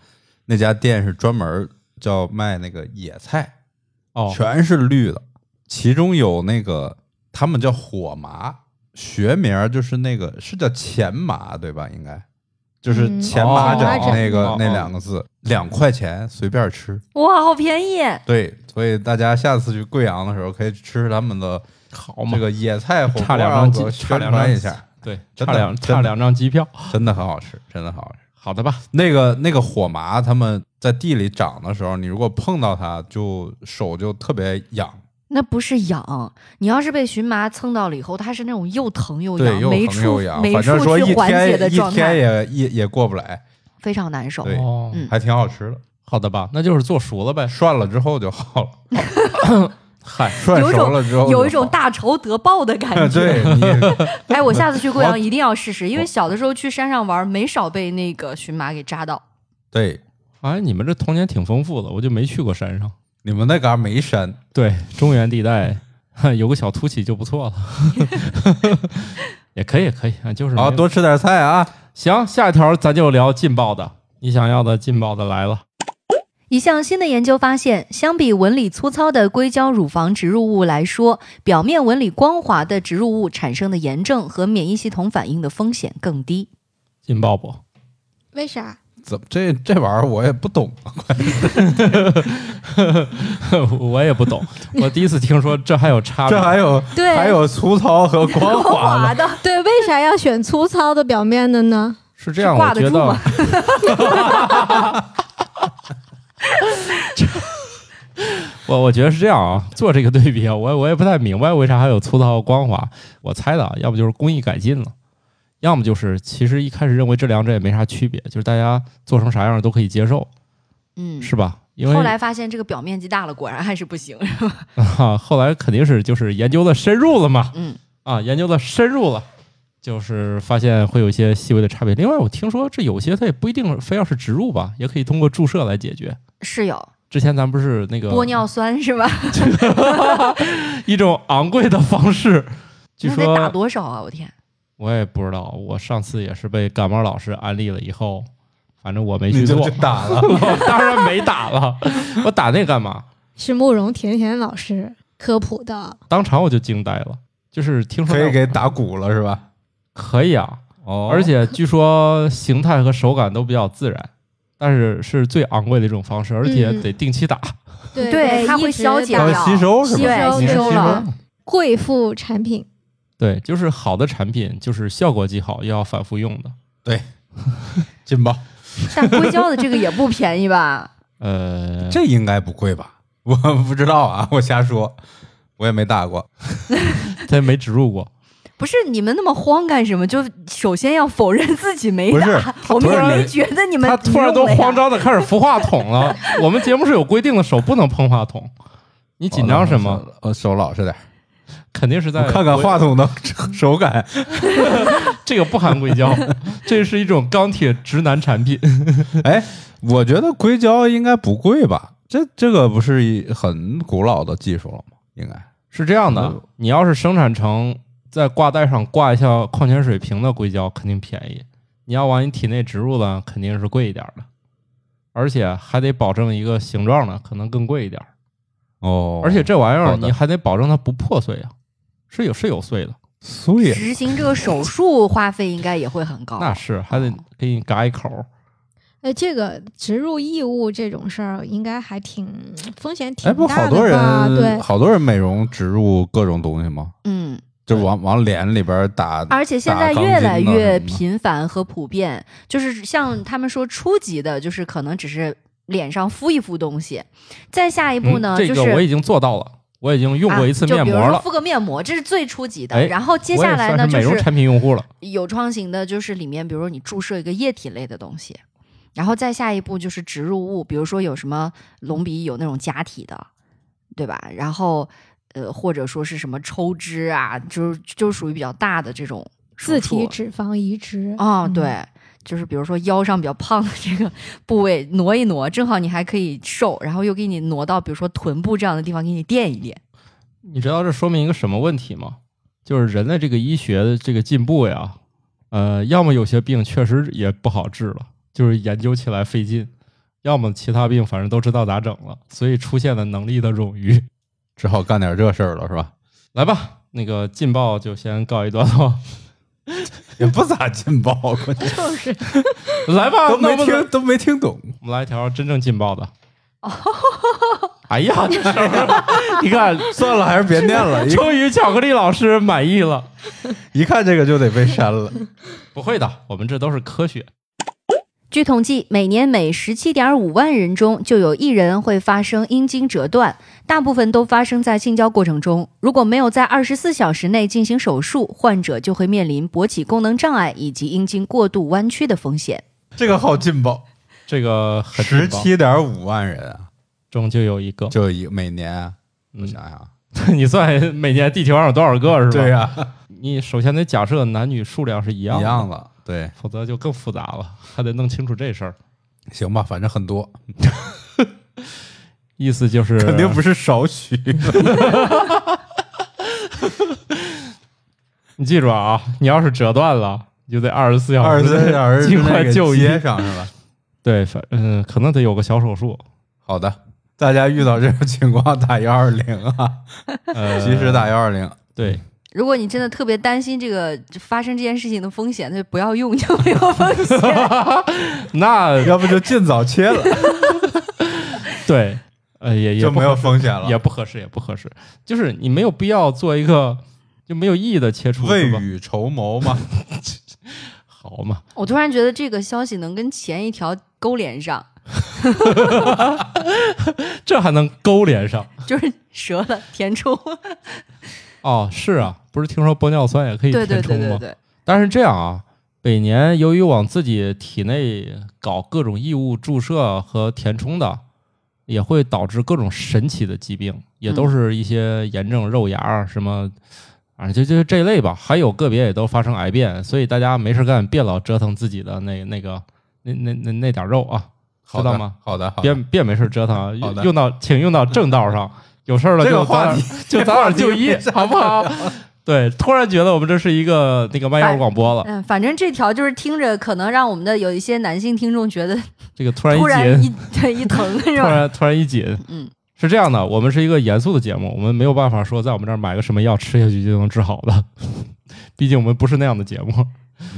那家店是专门叫卖那个野菜，
哦，
全是绿的，其中有那个他们叫火麻，学名儿就是那个是叫钱麻对吧？应该就是
嗯
钱麻
哦
疹
麻疹
那个、
哦
那
哦
两个字，两块钱随便吃。
哇，好便宜！
对，所以大家下次去贵阳的时候可以吃他们的
好嘛
这，个野菜火锅啊，
差两张
我
机，差
宣
两张
传一下。，
对，
真
差
的
两
真的
差两张机票。
真的很好吃，真的很好吃。
好的吧，
那个那个火麻，它们在地里长的时候，你如果碰到它，就手就特别痒，
那不是痒，你要是被荨麻蹭到了以后，它是那种又疼又
对，
痒，
又
没
疼又
处
痒，
没
反正
处
说
去
一
缓解的
天一
状
天
态，
也也也过不来，
非常难受。
对
哦，
嗯
还挺好吃的。
好的吧，那就是做熟了呗。
涮了之后就好了，
(laughs)
嗨，
涮
有一
熟了之后
种有一
就
种
好
大仇得报的感
了。
觉。
啊 (laughs) 对你，
哎，我下次去贵
我
阳一定要试试，因为小的时候去山上玩，没少被那个荨麻给扎到。
对
哎，你们这童年挺丰富的，我就没去过山上。
你们那嘎没山，
对，中原地带 (laughs) 有个小凸起就不错了， (laughs) 也可以，也可以啊，就是
好
(laughs) 没有
多吃点菜啊。
行，下一条咱就聊劲爆的，你想要的劲爆的来了。
一项新的研究发现，相比纹理粗糙的硅胶乳房植入物来说，表面纹理光滑的植入物产生的炎症和免疫系统反应的风险更低。
劲爆不？ (laughs)
为啥？
怎么这这玩意儿我也不懂啊？
我也不懂，我第一次听说这还有差别。
这还有
对
还有粗糙和光滑呢，
的，
对，为啥要选粗糙的表面的呢？
是这样，
是挂
我
得
觉
住
得
吗
(laughs) 我我觉得是这样啊，做这个对比啊，我我也不太明白为啥还有粗糙和光滑。我猜的啊，要不就是工艺改进了，要么就是其实一开始认为这两者也没啥区别，就是大家做成啥样都可以接受，
嗯，
是吧？因为
后来发现这个表面积大了，果然还是不行。
啊，后来肯定是就是研究的深入了嘛，
嗯，
啊，研究的深入了，就是发现会有一些细微的差别。另外，我听说这有些它也不一定非要是植入吧，也可以通过注射来解决。
是有
之前咱不是那个
玻尿酸是吧？
一种昂贵的方式，据
那得打
说
多少啊？我天，
我也不知道，我上次也是被感冒老师安利了以后，反正我没去
(laughs) 你就
做
去，打了。
我当然没打了， (laughs) 我打那干嘛？
是慕容甜甜老师科普的。
当场我就惊呆了，就是听说
可以
那
给打鼓了是 (laughs) 吧？
可以啊，
哦
而且据说形态和手感都比较自然，但是是最昂贵的一种方式，而且得定期打。
对
对它
它
会消解
它
掉
会吸收是
吸
吧？
收
吸
吸
收
收
了
了。贵妇产品。
对，就是好的产品，就是效果极好，又要反复用的。
劲爆，
但硅胶的这个也不便宜吧？
呃，
这应该不贵吧？我不知道啊，我瞎说，我也没打过。
他没植入过，
(laughs) 不是你们那么慌干什么？就首先要否认自己没
不是
打，我们
突
也
然
没
没
觉得你们
他突然都
用了呀
慌张的开始扶话筒了。我们节目是有规定的，手不能碰话筒。你紧张什么？？
哦我呃手老实点，
肯定是在
我看看话筒的 (laughs) 手感。
这个不含硅胶， (laughs) 这是一种钢铁直男产品。
哎，我觉得硅胶应该不贵吧？这这个不是一很古老的技术了吗？应该
是这样的
嗯，
你要是生产成在挂带上挂一下矿泉水瓶的硅胶，肯定便宜；你要往你体内植入的，肯定是贵一点的，而且还得保证一个形状呢，可能更贵一点。
哦，
而且这玩意
好
儿
的
你还得保证它不破碎啊，是有是有碎的，
碎啊
执行这个手术花费应该也会很高。
那是还得给你嘎一口。
哎，这个植入异物这种事儿，应该还挺风险挺
哎，不
大
好
的
多
吧？
人
对，
好多人美容植入各种东西吗？
嗯，
就往往脸里边打，
而且现在越来越频繁和普遍，就是像他们说初级的，就是可能只是脸上敷一敷东西。再下一步呢，
嗯这
就
个
是
我已经做到了，我已经用过一次
啊、就
面
比
膜
如说
了，
敷个面膜，这是最初级的。
哎
然后接
我也
下来
算
呢，
是
就
美容
是
产品用户了。
有创型的，就是里面比如说你注射一个液体类的东西，然后再下一步就是植入物，比如说有什么隆鼻有那种假体的，对吧？然后呃，或者说是什么抽脂啊，就是就属于比较大的这种手
自
术
体脂肪移植
哦，
嗯 (laughs)
对，就是比如说腰上比较胖的这个部位挪一挪，正好你还可以瘦，然后又给你挪到比如说臀部这样的地方给你垫一垫。
你知道这说明一个什么问题吗？就是人类这个医学的这个进步呀，呃，要么有些病确实也不好治了，就是研究起来费劲；要么其他病反正都知道咋整了，所以出现了能力的冗余。
只好干点这事儿了，是吧？
来吧，那个劲爆就先告一段落。
(laughs) 也不咋劲爆，关键
就是
来吧，
(laughs) 都
那我
没
们
听都没听懂。
我们来一条真正劲爆的。 (laughs) 哎呀，这声儿你看，
(laughs) 算了，还是别念 (laughs) 了，一
终于巧克力老师满意了。
一看这个就得被删 (laughs) 了。
不会的，我们这都是科学。
据统计，每年每十七点五万人中就有一人会发生阴茎折断，大部分都发生在性交过程中。如果没有在二十四小时内进行手术，患者就会面临勃起功能障碍以及阴茎过度弯曲的风险。
这个好劲爆，
这个很
十
劲爆
七点五万人啊，
中就有一个，
就一每年，啊我
嗯
想
(laughs)
想，
你
(laughs)
算每年地球上有多少个是吧？
对呀、
你首先得假设男女数量是一样
一
的，
样的，对，
否则就更复杂了，还得弄清楚这事儿。
行吧，反正很多，
意思
(laughs)
就是
肯定不是啊少 (laughs) 许。
你记住啊，你要是折断了，你就得二十四小时
二十四小时
(laughs) 尽快就医
接上是吧？
对，反嗯、可能得有个小手术。
(laughs) 好的，大家遇到这种情况打幺二零 (laughs) 啊，
呃，
及时打幺二零。 (laughs)
对， (laughs)
如果你真的特别担心这个发生这件事情的风险，那就不要用，就没有风险。
那
要不就尽早切了，
对，呃，也也
就
不
没有风险了。
也不合适，也不合适。就是你没有必要做一个就没有意义的切除，
未
是吧？
雨绸缪嘛，
好嘛，
(laughs) 我突然觉得这个消息能跟前一条勾连上，
这还能勾连上。
就是折了填充。
哦，是啊，不是听说玻尿酸也可以
对
填充
对
吗？
对对对，
但是这样啊，每年由于往自己体内搞各种异物注射和填充的，也会导致各种神奇的疾病，也都
嗯
是一些炎症、肉芽啊什么。啊，就就这类吧，还有个别也都发生癌变，所以大家没事干，别老折腾自己的那那个那那那那点肉啊，知
(laughs) 好
道
的
吗？？
好的，好
别
的。
别没事折腾啊，
啊好
用
的
用到请用到正道上，有事儿了
这
就
个话
早
题
点就早点就医，好不好？对，突然觉得我们这是一个那个卖药广播了，
嗯，反正这条就是听着可能让我们的有一些男性听众觉得
这个突然一
突然
紧，
一对一
(laughs)
疼是
突
吧？
然突然一紧，
嗯，
是这样的，我们是一个严肃的节目，我们没有办法说在我们这儿买个什么药吃下去就能治好的， (laughs) 毕竟我们不是那样的节目。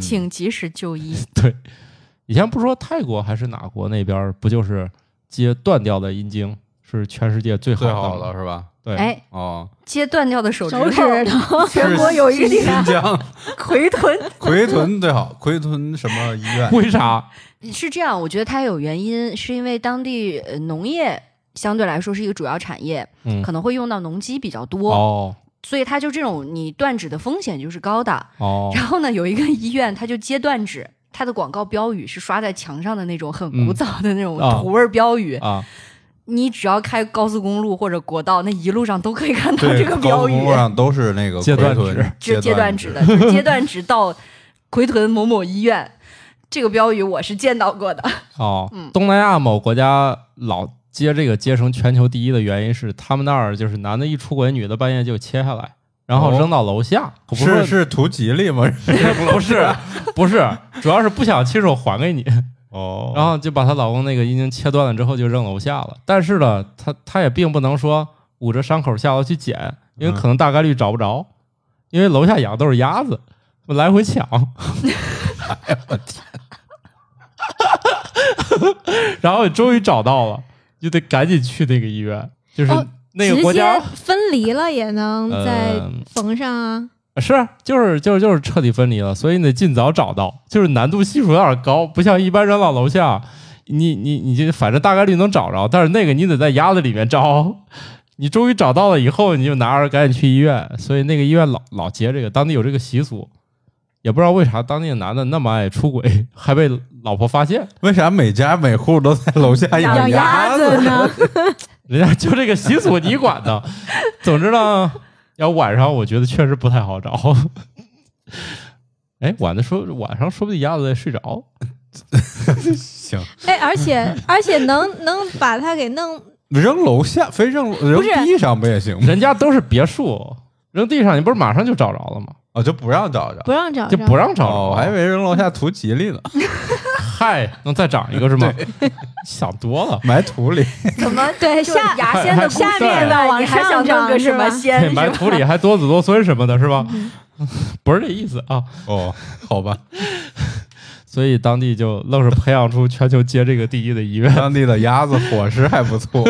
请及时就医。
以前不说泰国还是哪国那边儿不就是接断掉的阴茎是全世界最好
最
的吗？
好了是吧？
对，
哎，
哦，
切断掉的手指
手指头，
是
(laughs) 全国有一个地
新
方
疆
奎屯
奎屯最好， (laughs) 奎屯什么医院？
为啥？
是这样，我觉得它有原因，是因为当地呃农业相对来说是一个主要产业，
嗯
可能会用到农机比较多，
哦
所以它就这种你断指的风险就是高的。
哦，
然后呢，有一个医院，它就接断指，它的广告标语是刷在墙上的那种很古早的那种
啊
土味儿标语，
啊，
你只要开高速公路或者国道，那一路上都可以看到
对
(laughs) 这个，
高
标
速
语
公路，上都是那个
阶段
奎屯
这阶段指的，就是阶段指到奎屯某某医院。这个标语我是见到 (laughs) 过的，
哦，
嗯
东南亚某国家老接这个接成全球第一的原因是，他们那儿就是男的一出轨，女的半夜就切下来，然后
哦
扔到楼下。不
是是图吉利 (laughs) 吗？
不是不是，主要是不想亲手还给你，
哦
然后就把她老公那个阴茎切断了之后就扔楼下了。但是呢，她她也并不能说捂着伤口下楼去捡，因为可能大概率找不着，因为楼下养的都是鸭子，来回 (laughs) 抢。
我天，
然后终于找到了，就得赶紧去那个医院，就是
哦
那个国家、
直接分离了也能再
呃
缝上啊。
是就是就是就是彻底分离了，所以你得尽早找到，就是难度系数有点高，不像一般扔到楼下。你你你这反正大概率能找着，但是那个你得在鸭子里面找。 (laughs) 你终于找到了以后，你就拿着赶紧去医院。所以那个医院老老结这个，当地有这个习俗，也不知道为啥当地的男的那么爱出轨，还被老婆发现，
为啥每家每户都在楼下
养
养
鸭
子？
子呢？
人家就这个习俗，你管呢？总之呢，要晚上我觉得确实不太好找。哎，晚的说晚上说不定鸭子睡着，
行，
哎，而且而且能能把它给弄
扔楼下，非扔扔
不是
地上不也行吗？
人家都是别墅，扔地上你不是马上就找着了吗？
哦，就不让找着
不。让找
就
着，
不让找着，
哦，我还以为扔楼下图吉利呢，
嗨，能再长一个是吗？想多了，
埋土里。
怎么
对
就
下
牙仙的故事
下面
的
往
你还想
上
弄
涨
个
是
什么
吧
(laughs)
仙
对，
是吧
埋土里还多子多孙什么的，是吧？ (laughs) 不是这意思啊，
哦，好吧，
所以当地就愣是培养出全球接这个第一的医院，
当地的鸭子伙食还不错。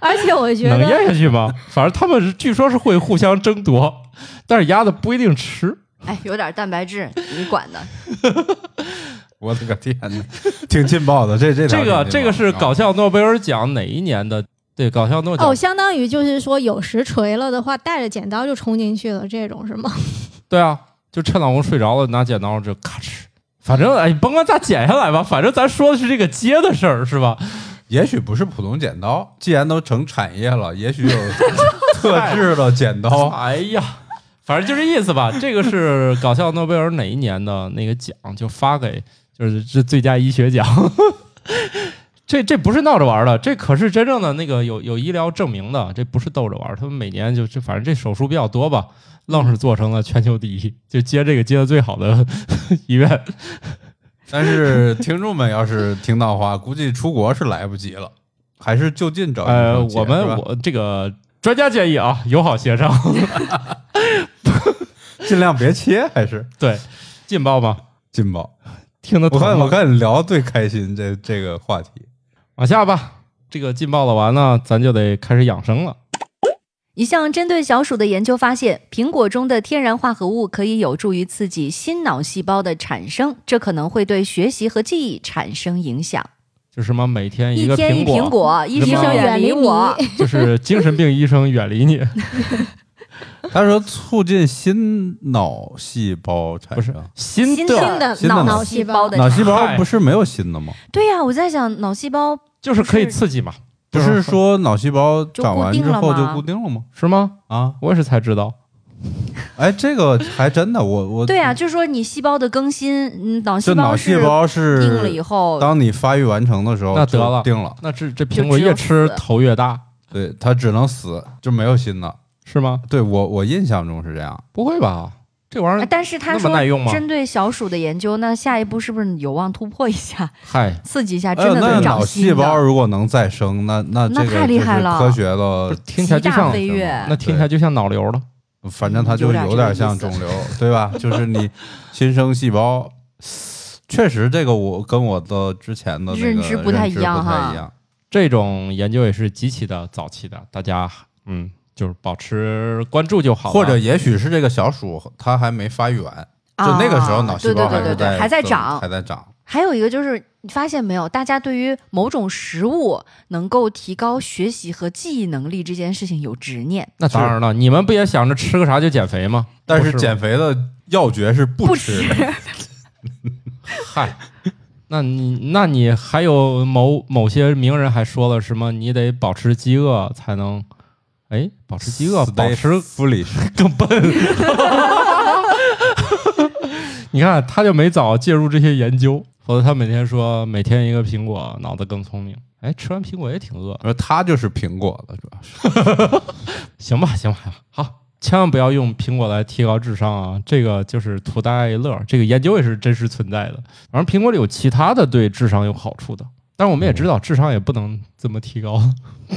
而且我觉
能
得
咽下去吗？ (laughs) 反正他们是据说是会互相争夺，但是鸭子不一定吃。
哎，有点蛋白质，你管的？
我的个 (laughs) 天哪，嗯挺劲爆的，这这
这
条
个
挺劲爆的啊
这个是搞笑诺贝尔奖哪一年的？对，搞笑诺奖
哦，相当于就是说有实锤了的话，带着剪刀就冲进去了，这种是吗？
对啊，就趁老公睡着了，拿剪刀就咔哧。反正哎，甭管咋剪下来吧，反正咱说的是这个接的事儿，是吧？
也许不是普通剪刀，既然都成产业了，也许有
(laughs)
特制的剪刀。
哎呀，反正就这意思
(laughs)
吧。这个是搞笑诺贝尔哪一年的那个奖，就发给就是这最佳医学奖。 (laughs) 这这不是闹着玩儿的，这可是真正的那个有有医疗证明的，这不是逗着玩儿。他们每年就这，反正这手术比较多吧，愣是做成了全球第一，就接这个接的最好的 (laughs) 医院。
但是听众们要是听到的话，估计出国是来不及了，还是就近哦找医
呃，
生剪。
我
是
们
吧
我这个专家建议啊，友好协商， (laughs)
尽量别切，还是
对，劲爆吗？
劲爆。
听得
我
懂
看
吗
我看你聊得最开心这这个话题，
往下吧，这个劲爆了完了，咱就得开始养生了。
一项针对小鼠的研究发现，苹果中的天然化合物可以有助于刺激新脑细胞的产生，这可能会对学习和记忆产生影响。
就什么每天
一
个
天一苹
苹果，
果，医
什么
生远离我。
(laughs) 就是精神病医生远离你，
他说促进新脑细胞产
不是
生。
(laughs)
新
新
的，
的
新的
脑
脑
细胞的
脑细
嗨
胞不是没有新的吗？
对呀、我在想脑细胞
就是可以刺激嘛，
不是说脑细胞长完之后
就
就固
固定了吗
定了吗？
是吗？
啊，
我也是才知道，
哎，这个还真的，我我
对啊，就是说你细胞的更新，嗯，脑细
就
胞
呃嗯脑
是
细胞
定了以
是
后，
当你发育完成的时候，
那得了
定了，
那这这苹果越
就
吃
只有死
头越大，
对，它只能死，就没有新的。
是吗？
对我我印象中是这样，
不会吧？这玩意
啊
儿，
但是他
那么
说
耐用吗
针对小鼠的研究，那下一步是不是有望突破一下，
嗨，
刺激一下，
哎
真
呦，
的
那
能长
脑
新
细
的？
胞如果能再生，那那
那
这个
太厉
就是
害了
科学
不
的
是，听起来就
极大
像
飞跃
那听起来就像脑瘤了。
反正它就
有点
有
这个
点
意
像
思
肿瘤，对吧？就是你新生细胞，确实这个我跟我的之前的那个
认知不太
认知
一样
不太
哈
一样。
这种研究也是极其的早期的，大家嗯，就是保持关注就好了。
或者也许是这个小鼠它还没发育完，就那个时候
啊
脑细胞
对对对
是
对对，
在
还在
增
长
还。在长。
还有一个就是，你发现没有，大家对于某种食物能够提高学习和记忆能力这件事情有执念，
那当然了，你们不也想着吃个啥就减肥吗？
但
不
是
吗
减肥的要诀是不
不
吃
吃。
(laughs)
嗨，那你那你还有某某些名人还说了什么？你得保持饥饿才能，哎，保持饥饿，保持
foolish。
更笨。你看，他就没早介入这些研究，否则他每天说每天一个苹果，脑子更聪明。哎，吃完苹果也挺饿，
而 (laughs) 它就是苹果了，主要是。
行吧，行吧，好，千万不要用苹果来提高智商啊！这个就是图大家一乐，这个研究也是真实存在的。反正苹果里有其他的对智商有好处的，但是我们也知道智商也不能这么提高，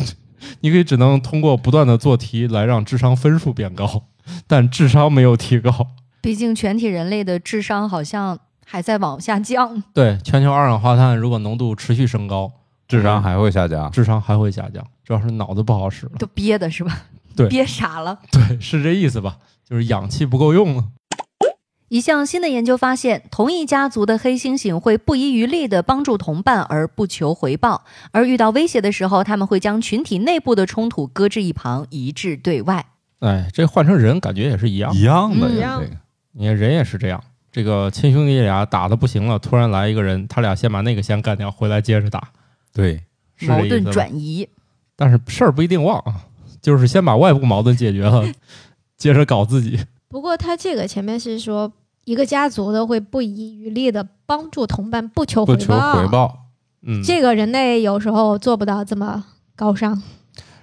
(laughs) 你可以只能通过不断的做题来让智商分数变高，但智商没有提高。
毕竟全体人类的智商好像还在往下降。
对，全球二氧化碳如果浓度持续升高，嗯
智商还会下降，
智商还会下降，主要是脑子不好使了。 (laughs)
都憋的是吧？
对
憋傻了。
对，是这意思吧？就是氧气不够用了。
一项新的研究发现，同一家族的黑猩猩会不遗余力地帮助同伴而不求回报，而遇到威胁的时候，他们会将群体内部的冲突搁置一旁，一致对外。
哎，这换成人感觉也是一样
一。样的
嗯
呀，这个
你看人也是这样，这个亲兄弟俩打的不行了，突然来一个人，他俩先把那个先干掉，回来接着打，
对，
是这
矛
意思
盾
吧
转移，
但是事儿不一定忘啊，就是先把外部矛盾解决了， (laughs) 接着搞自己。
不过他这个前面是说一个家族的会不遗余力的帮助同伴，不求
不
回
求回报，
嗯，
这个人类有时候做不到这么高尚，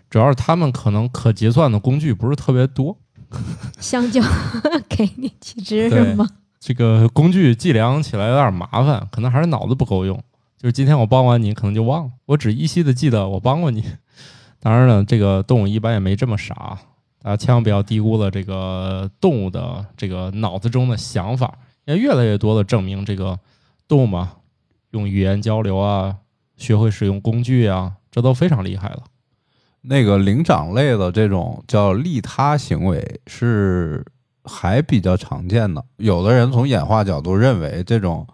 主要是他们可能可结算的工具不是特别多，
(laughs)
香蕉给你几只
对
是吗？
这个工具计量起来有点麻烦，可能还是脑子不够用。就是今天我帮完你，可能就忘了，我只依稀的记得我帮过你。 (laughs) 当然了，这个动物一般也没这么傻，大家千万不要低估了这个动物的这个脑子中的想法，因为越来越多的证明这个动物嘛，用语言交流啊，学会使用工具啊，这都非常厉害了。
那个灵长类的这种叫利他行为是还比较常见的。有的人从演化角度认为，这种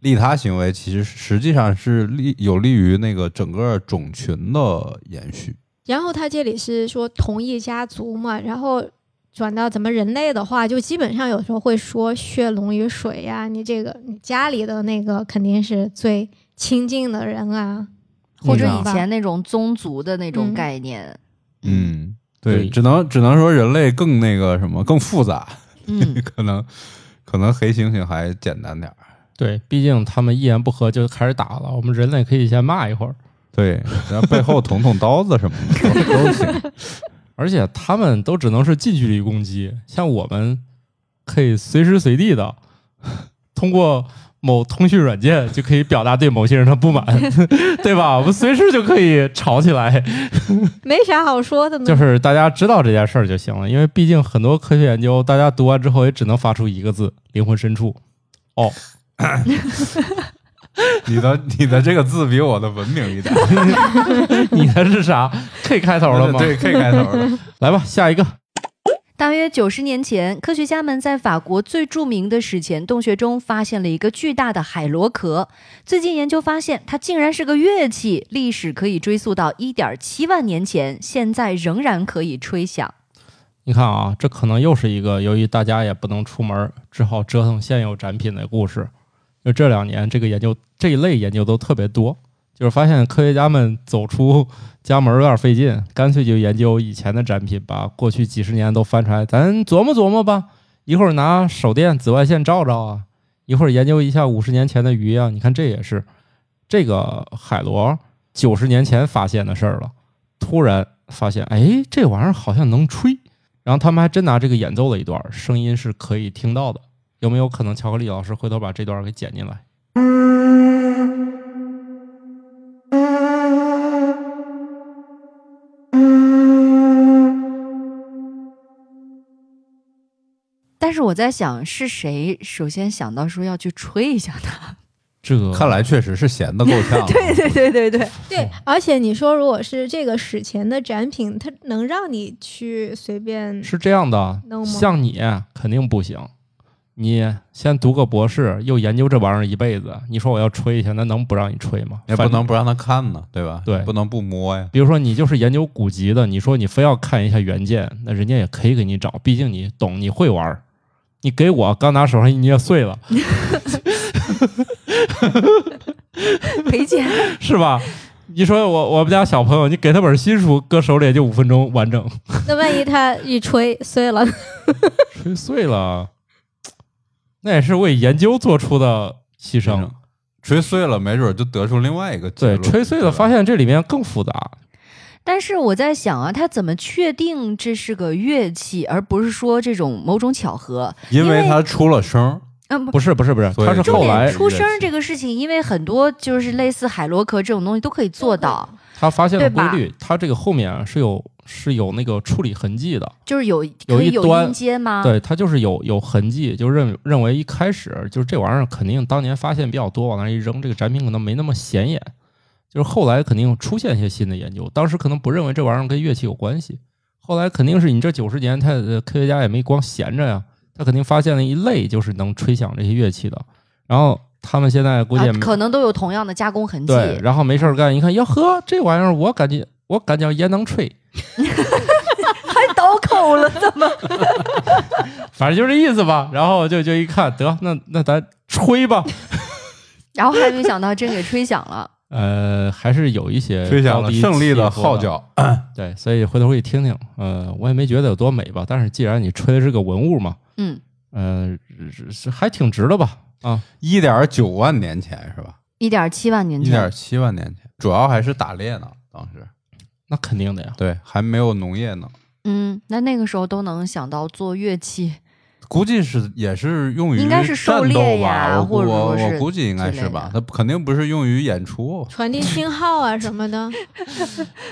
利他行为其实实际上是利有利于那个整个种群的延续。
然后他这里是说同一家族嘛，然后转到咱们人类的话，就基本上有时候会说血浓于水呀、你这个你家里的那个肯定是最亲近的人啊，
或者
嗯
以前那种宗族的那种
嗯
概念。
嗯，对，
对
只能只能说人类更那个什么，更复杂，
嗯，
可能可能黑猩猩还简单点儿。
对，毕竟他们一言不合就开始打了，我们人类可以先骂一会儿。
对，然后背后捅捅刀子什么的都都行。
而且他们都只能是近距离攻击，像我们可以随时随地 (laughs) 的通过某通讯软件就可以表达对某些人的不满， (laughs) 对吧？我们随时就可以吵起来，
没啥好说的呢。
就是大家知道这件事儿就行了。因为毕竟很多科学研究，大家读完之后也只能发出一个字：灵魂深处。哦，
你的你的这个字比我的文明一点，
你的是啥？K 开头了吗？嗯
(laughs) 呃对，K 开头的。
来吧，下一个。
大约九十年前，科学家们在法国最著名的史前洞穴中发现了一个巨大的海螺壳。最近研究发现，它竟然是个乐器，历史可以追溯到一点七万年前，现在仍然可以吹响。
你看啊，这可能又是一个由于大家也不能出门，只好折腾现有展品的故事。就这两年，这个研究这一类研究都特别多，就是发现科学家们走出家门有点费劲，干脆就研究以前的展品，把过去几十年都翻出来，咱琢磨琢磨吧。一会儿拿手电紫外线照照啊，一会儿研究一下五十年前的鱼啊。你看这也是这个海螺九十年前发现的事儿了，突然发现，哎，这玩意儿好像能吹。然后他们还真拿这个演奏了一段，声音是可以听到的。有没有可能巧克力老师回头把这段给剪进来？
但是我在想，是谁首先想到说要去吹一下它？
这个
看来确实是闲的够
(laughs)
呛。对对
对对对，
对，而且你说如果是这个史前的展品，它能让你去随便
是这样的
能，吗
像你肯定不行。你先读个博士，又研究这玩意儿一辈子，你说我要吹一下，那能不让你吹吗？
也不
反正
能。不让他看呢，对吧？
对
不能不摸呀。
比如说你就是研究古籍的，你说你非要看一下原件，那人家也可以给你找，毕竟你懂，你会玩儿。你给我刚拿手上一捏碎了，
赔钱。
是吧？你说我我们家小朋友，你给他本新书，搁手里也就五分钟完整。
那万一它一 (laughs) 吹碎了，
吹碎了，那也是为研究做出的牺牲。
吹碎了，没准就得出另外一个结
啊对，
论。
吹碎了，
对啊吧
发现这里面更复杂。
但是我在想啊，他怎么确定这是个乐器，而不是说这种某种巧合？
因
因
为
为
他出了声儿，
嗯，不
不是不是不是，
所以
它是
就
后来
是
出声儿这个事情，因为很多就是类似海螺壳这种东西都可以做到，
他发现了
对吧
规律，它这个后面啊是有是有那个处理痕迹的。
就是有
有
可
一
以有
端
音阶吗？
对，它就是有有痕迹，就认认为一开始就是这玩意儿肯定当年发现比较多，往那儿一扔，这个展品可能没那么显眼。就是后来肯定出现一些新的研究，当时可能不认为这玩意儿跟乐器有关系，后来肯定是你这九十年，他呃科学家也没光闲着呀，他肯定发现了一类就是能吹响这些乐器的。然后他们现在估计也
啊
没、
可能都有同样的加工痕迹。 (laughs)
对，然后没事儿干，一看，哟呵，这玩意儿我感觉我感觉也能吹，
还倒口了，怎么？
反正就这意思吧。然后就就一看，得那那咱吹吧。
然后还没想到真给吹响了。
呃，还是有一些
吹响
高
了
低
胜利
起
的
伏
号角。
对，所以回头可以听听。呃，我也没觉得有多美吧，但是既然你吹的是个文物嘛，
嗯，
呃，是是还挺值的吧？啊，
一点九万年前是吧？
一点七万年
一
前
点，七万年前，主要还是打猎呢。当时
那肯定的呀。
对，还没有农业呢，
嗯，那那个时候都能想到做乐器，
估计是也是用于
应该是狩猎
战斗
呀
吧，我估
或者说
我
是
我估计应该是吧
之类，
它肯定不是用于演出。
传递信号啊什么 (laughs) 的。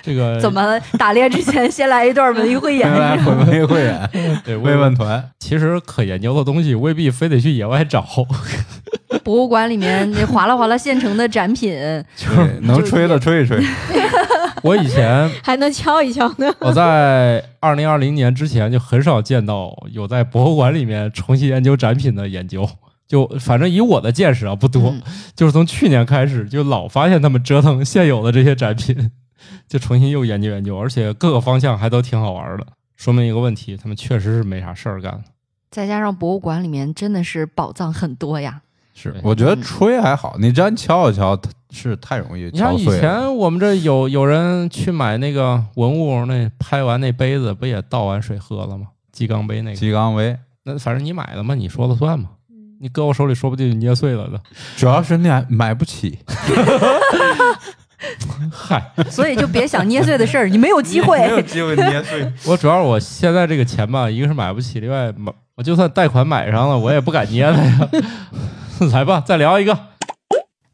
这个
(laughs) 怎么打猎之前先来一段文艺汇演
回？来回归会员
对慰
慰问
问？
团，
其实可研究的东西未必非得去野外找， (laughs)
博物馆里面你划拉划拉现成的展品，
对，能吹的吹一吹。
我以前
还能敲一敲呢。
我在二零二零年之前就很少见到有在博物馆里面重新研究展品的研究，就反正以我的见识啊不多，
嗯
就是从去年开始就老发现他们折腾现有的这些展品， (laughs) 就重新又研究研究，而且各个方向还都挺好玩的，说明一个问题，他们确实是没啥事儿干。
再加上博物馆里面真的是宝藏很多呀。
是
对，
(laughs) 我觉得吹还好，你真敲一敲，它是太容易
你像
敲
以
碎了。
前我们这有有人去买那个文物，那拍完那杯子不也倒完水喝了吗？鸡缸杯那个，
鸡缸威，
那反正你买了嘛，你说了算嘛。
嗯
你搁我手里，说不定就捏碎了的。
主要是你还买不起，
嗨，
所以就别想捏碎的事儿，你没有
(laughs)
机会。
机会捏碎。
我主要我现在这个钱吧，一个是买不起，另外买我就算贷款买上了，我也不敢捏它呀。 (laughs) 来吧，再聊一个。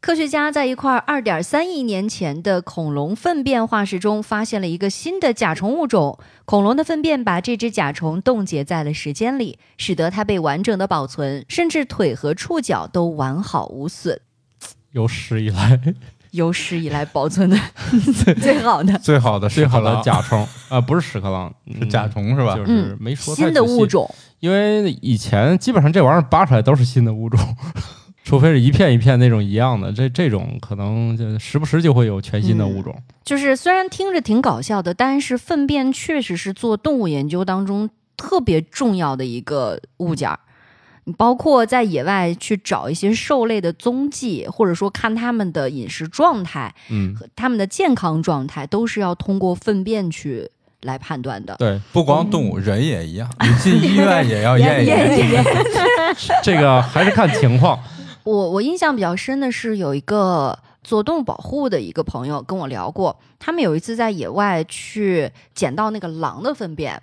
科学家在一块二点三亿年前的恐龙粪便化石中发现了一个新的甲虫物种。恐龙的粪便把这只甲虫冻结在了时间里，使得它被完整的保存，甚至腿和触角都完好无损。
有史以来
有史以来保存的 (laughs) 最好的
最好
(laughs)
的
最好
屎
的
壳郎
甲虫啊、不是屎壳郎，
是
嗯
甲，虫是吧？
就是没说太
嗯新的
仔细
物，种，
因为以前基本上这玩意儿扒出来都是新的物种， (laughs) 除非是一片一片那种一样的，这这种可能就时不时就会有全新的物种。
就是虽然听着挺搞笑的，但是粪便确实是做动物研究当中特别重要的一个物件儿。你包括在野外去找一些兽类的踪迹，或者说看它们的饮食状态
嗯，
和它们的健康状态，都是要通过粪便去来判断的。
对，
不光动物，人也一样，你进医院也要验
也
一验。
这个还是看情况。
我我印象比较深的是有一个做动物保护的一个朋友跟我聊过，他们有一次在野外去捡到那个狼的粪便，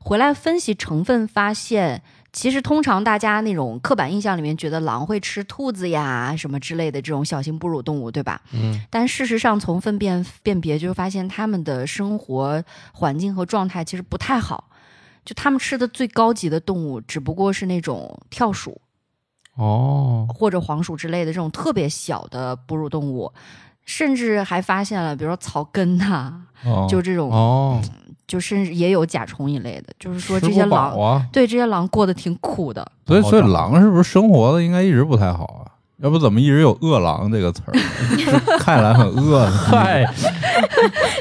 回来分析成分，发现其实通常大家那种刻板印象里面觉得狼会吃兔子呀什么之类的这种小型哺乳动物，对吧？
嗯，
但事实上从粪便辨别就发现他们的生活环境和状态其实不太好，就他们吃的最高级的动物只不过是那种跳鼠。
(laughs) 哦，
或者黄鼠之类的这种特别小的哺乳动物，甚至还发现了，比如说草根呐、
哦
就这种，
哦，
就甚至也有甲虫一类的，就是说这
吃
些
不饱
狼，
啊，
对这些狼过得挺苦的。
所以，所以
好找
狼是不是生活的应该一直不太好啊？要不怎么一直有“饿狼”这个词儿？就看起来很饿呢。
嗨。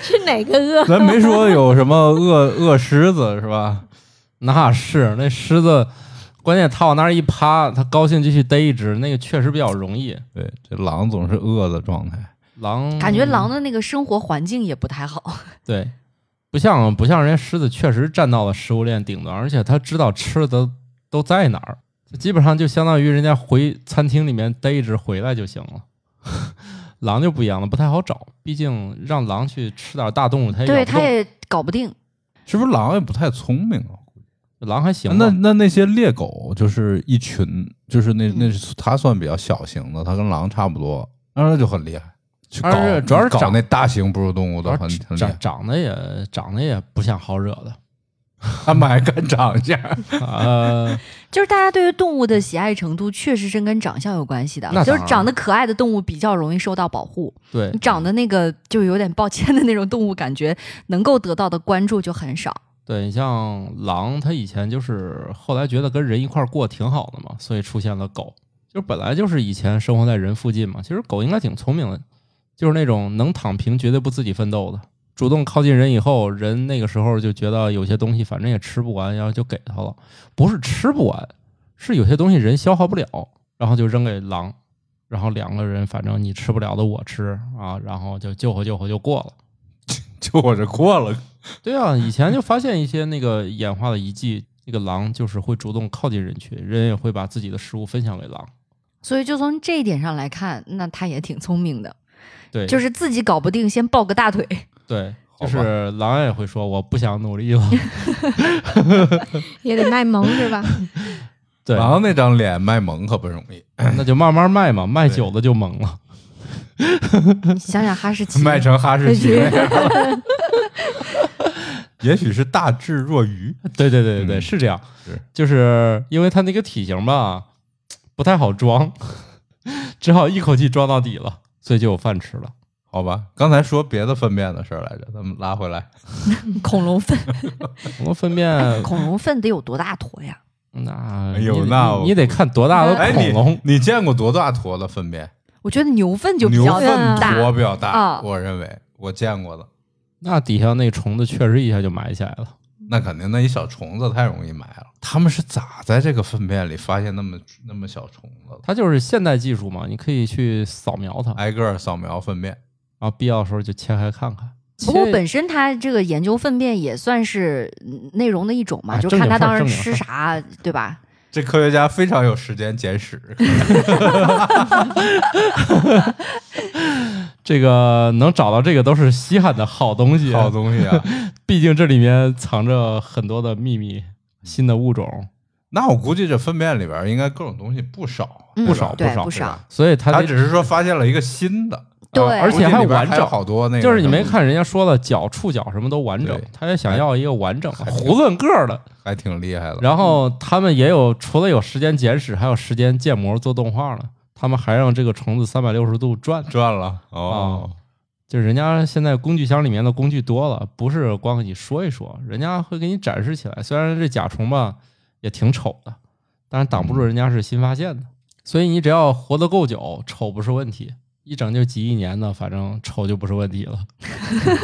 是哪
(laughs)
个饿？
咱没说有什么饿饿狮子是吧？
那是那狮子，关键它往那儿一趴，它高兴就去逮一只，那个确实比较容易。
对，这狼总是饿的状态。
狼
感觉狼的那个生活环境也不太好，
对，不像不像人家狮子，确实站到了食物链顶端，而且它知道吃的都在哪儿，基本上就相当于人家回餐厅里面逮一只回来就行了。狼就不一样了，不太好找，毕竟让狼去吃点大动物，它也
对，
咬不
它
动
也搞不定。
是不是狼也不太聪明啊？
狼还行吧。
那那那些猎狗就是一群，就是那
嗯
那是它算比较小型的，它跟狼差不多，那它就很厉害。去搞
而且主要是
搞
长
那大型哺乳动物
主
的
要
很很厉害
长，
(laughs)
长得也长得也不像好惹的，
他们还敢长这样。
呃，
就是大家对于动物的喜爱程度，确实是跟长相有关系的
那。当
就
然
是长得可爱的动物比较容易受到保护，
(laughs) 对，
长得那个就有点抱歉的那种动物，感觉能够得到的关注就很少。
对你像狼，它以前就是后来觉得跟人一块儿过挺好的嘛，所以出现了狗。就是本来就是以前生活在人附近嘛，其实狗应该挺聪明的，就是那种能躺平，绝对不自己奋斗的。主动靠近人以后，人那个时候就觉得有些东西反正也吃不完，然后就给它了。不是吃不完，是有些东西人消耗不了，然后就扔给狼，然后两个人反正你吃不了的我吃啊，然后就救活救活就过了。
(laughs) 就我这过了，
对啊，以前就发现一些那个演化的遗迹， (laughs) 那个狼就是会主动靠近人群，人也会把自己的食物分享给狼。
所以就从这一点上来看，那他也挺聪明的，
对，
就是自己搞不定，先抱个
(laughs)
大腿。
对，
好
就
吧
是狼也会说我不想努
(laughs)
力了。
也得卖 (laughs) 萌是吧？
对，
然后那张脸卖萌可不容易，
(laughs) 那就慢慢卖嘛，卖久了就萌了。
你想想哈士
(laughs)
奇，
卖成哈士奇
(laughs) 对
那样了。 (laughs) 也许是大智若愚，
对对对对对，
嗯
是这样，
是
就是因为它那个体型吧，不太好装， (laughs) 只好一口气装到底了，所以就有饭吃了。
好吧？刚才说别的粪便的事儿来着，咱们拉回来。
嗯恐龙
(laughs)
粪，
我们粪
(laughs)
便，
恐龙粪得有多大坨呀？
那
哎呦
你得
那
你
我
你得看多大
哎，
的恐龙
你。你见过多大坨的粪便？
我觉得牛粪就比
牛
较
粪
大，
坨比较大
啊，
我认为我见过的，
那底下那虫子确实一下就埋起来了。
那肯定那一小虫子太容易埋了。他们是咋在这个粪便里发现那么那么小虫子的？
它就是现代技术嘛，你可以去扫描它，
挨个儿扫描粪便，
然后必要的时候就切开看看。
不过
切
本身它这个研究粪便也算是嗯内容的一种嘛，
哎
就
正
看
经
它
事儿
当
正
时
经
吃
事
啥，对吧？
这科学家非常有时间简 (laughs) 史。
这个能找到这个都是稀罕的好东西，
好东西啊！
毕竟这里面藏着很多的秘密，新的物种，
(laughs) 那我估计这粪便里边应该各种东西不少，
嗯
对吧
对
对吧
不少
所以它
他
得
只是说发现了一个新的，
对
啊
而
且还
估计里边
完整
有好多那个，
就是你没看人家说了脚、触角什么都完整
对，
他也想要一个完整的
还
囫囵个
(laughs)
儿的。
还挺厉害的。
然后他们也有除了有时间简史，还有时间建模做动画了。他们还让这个虫子三百六十度转，
赚了哦，
就是人家现在工具箱里面的工具多了，不是光给你说一说，人家会给你展示起来。虽然这甲虫吧也挺丑的，但是挡不住人家是新发现的，所以你只要活得够久，丑不是问题。一整就几亿年呢，反正丑就不是问题了。啊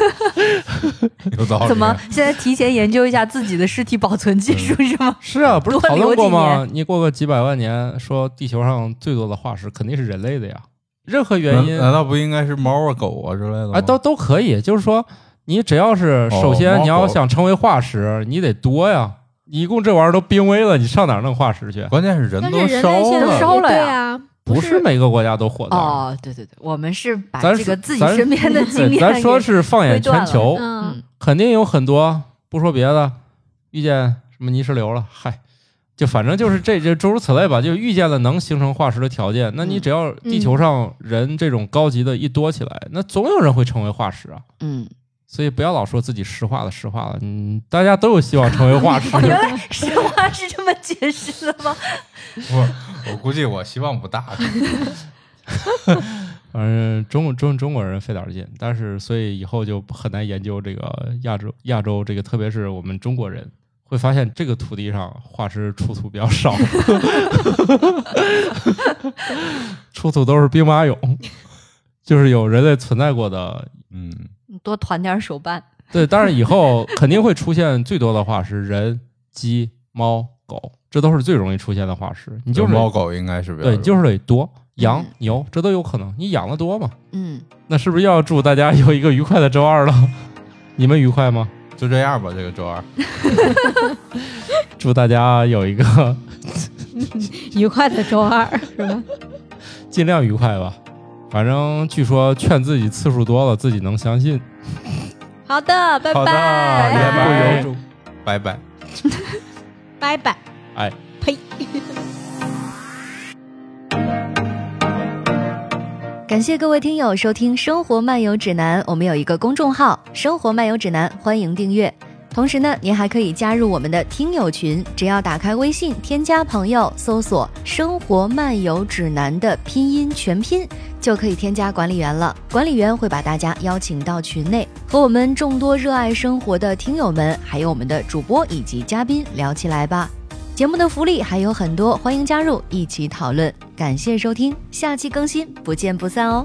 有道理。
怎么现在提前研究一下自己的尸体保存技术是吗？
是啊，不是
多
讨论
留
过
几
吗？你过个几百万年，说地球上最多的化石肯定是人类的呀。任何原
难
因
难道不应该是猫啊、狗啊之类的吗
啊，都都可以。就是说，你只要是
哦
首先
猫
你要
狗
想成为化石，你得多呀。你一共这玩意儿都濒危了，你上哪儿弄化石去？
关键是人
但是
都
人
烧
类现在
了，
烧了
对
呀
啊，
不
是
是每个国家都火的。
哦，对对对，我们是把
咱
这个
说
自己
咱
身边的经
对，
验，
(laughs) 咱说，是放眼
推断
全
了
球，
嗯
嗯，
肯定有很多，不说别的，遇见什么泥石流了，嗨，就反正就是这这诸如此类吧，就遇见了能形成化石的条件，那你
嗯
只要地球上人这种高级的一多起来，那总有人会成为化石啊。
嗯，
所以不要老说自己石化了，石化了，嗯，大家都有希望成为化石。
(laughs) 原来实话是这么解释的吗？
我我估计我希望不大。
反正中中中国人费点劲，但是所以以后就很难研究这个亚洲亚洲这个，特别是我们中国人会发现这个土地上化石出土比较少， (laughs) 出土都是兵马俑，就是有人类存在过的。
嗯，
你多团点手办，
对，但是以后肯定会出现最多的化石，人、鸡、猫、狗，这都是最容易出现的化石。 (laughs) 你就是
猫狗应该是比较
对，你就是得多羊
嗯、
牛，这都有可能。你养的多嘛？
嗯，
那是不是要祝大家有一个愉快的周二了？你们愉快吗？
就这样吧。这个周二，
祝大家有一个 (laughs)
愉快的周二是吧？
尽量愉快吧。反正据说劝自己次数多了，自己能相信。
好的，拜
好的
拜，
言不
不
由
由主。
拜拜。
拜拜。
哎，
呸。
感谢各位听友收听《生活漫游指南》，我们有一个公众号《生活漫游指南》，欢迎订阅。
同时呢，您还可以加入我们的听友群，只要打开微信添加朋友，搜索“生活漫游指南”的拼音全拼，就可以添加管理员了。管理员会把大家邀请到群内，和我们众多热爱生活的听友们，还有我们的主播以及嘉宾聊起来吧。节目的福利还有很多，欢迎加入一起讨论。感谢收听，下期更新，不见不散哦。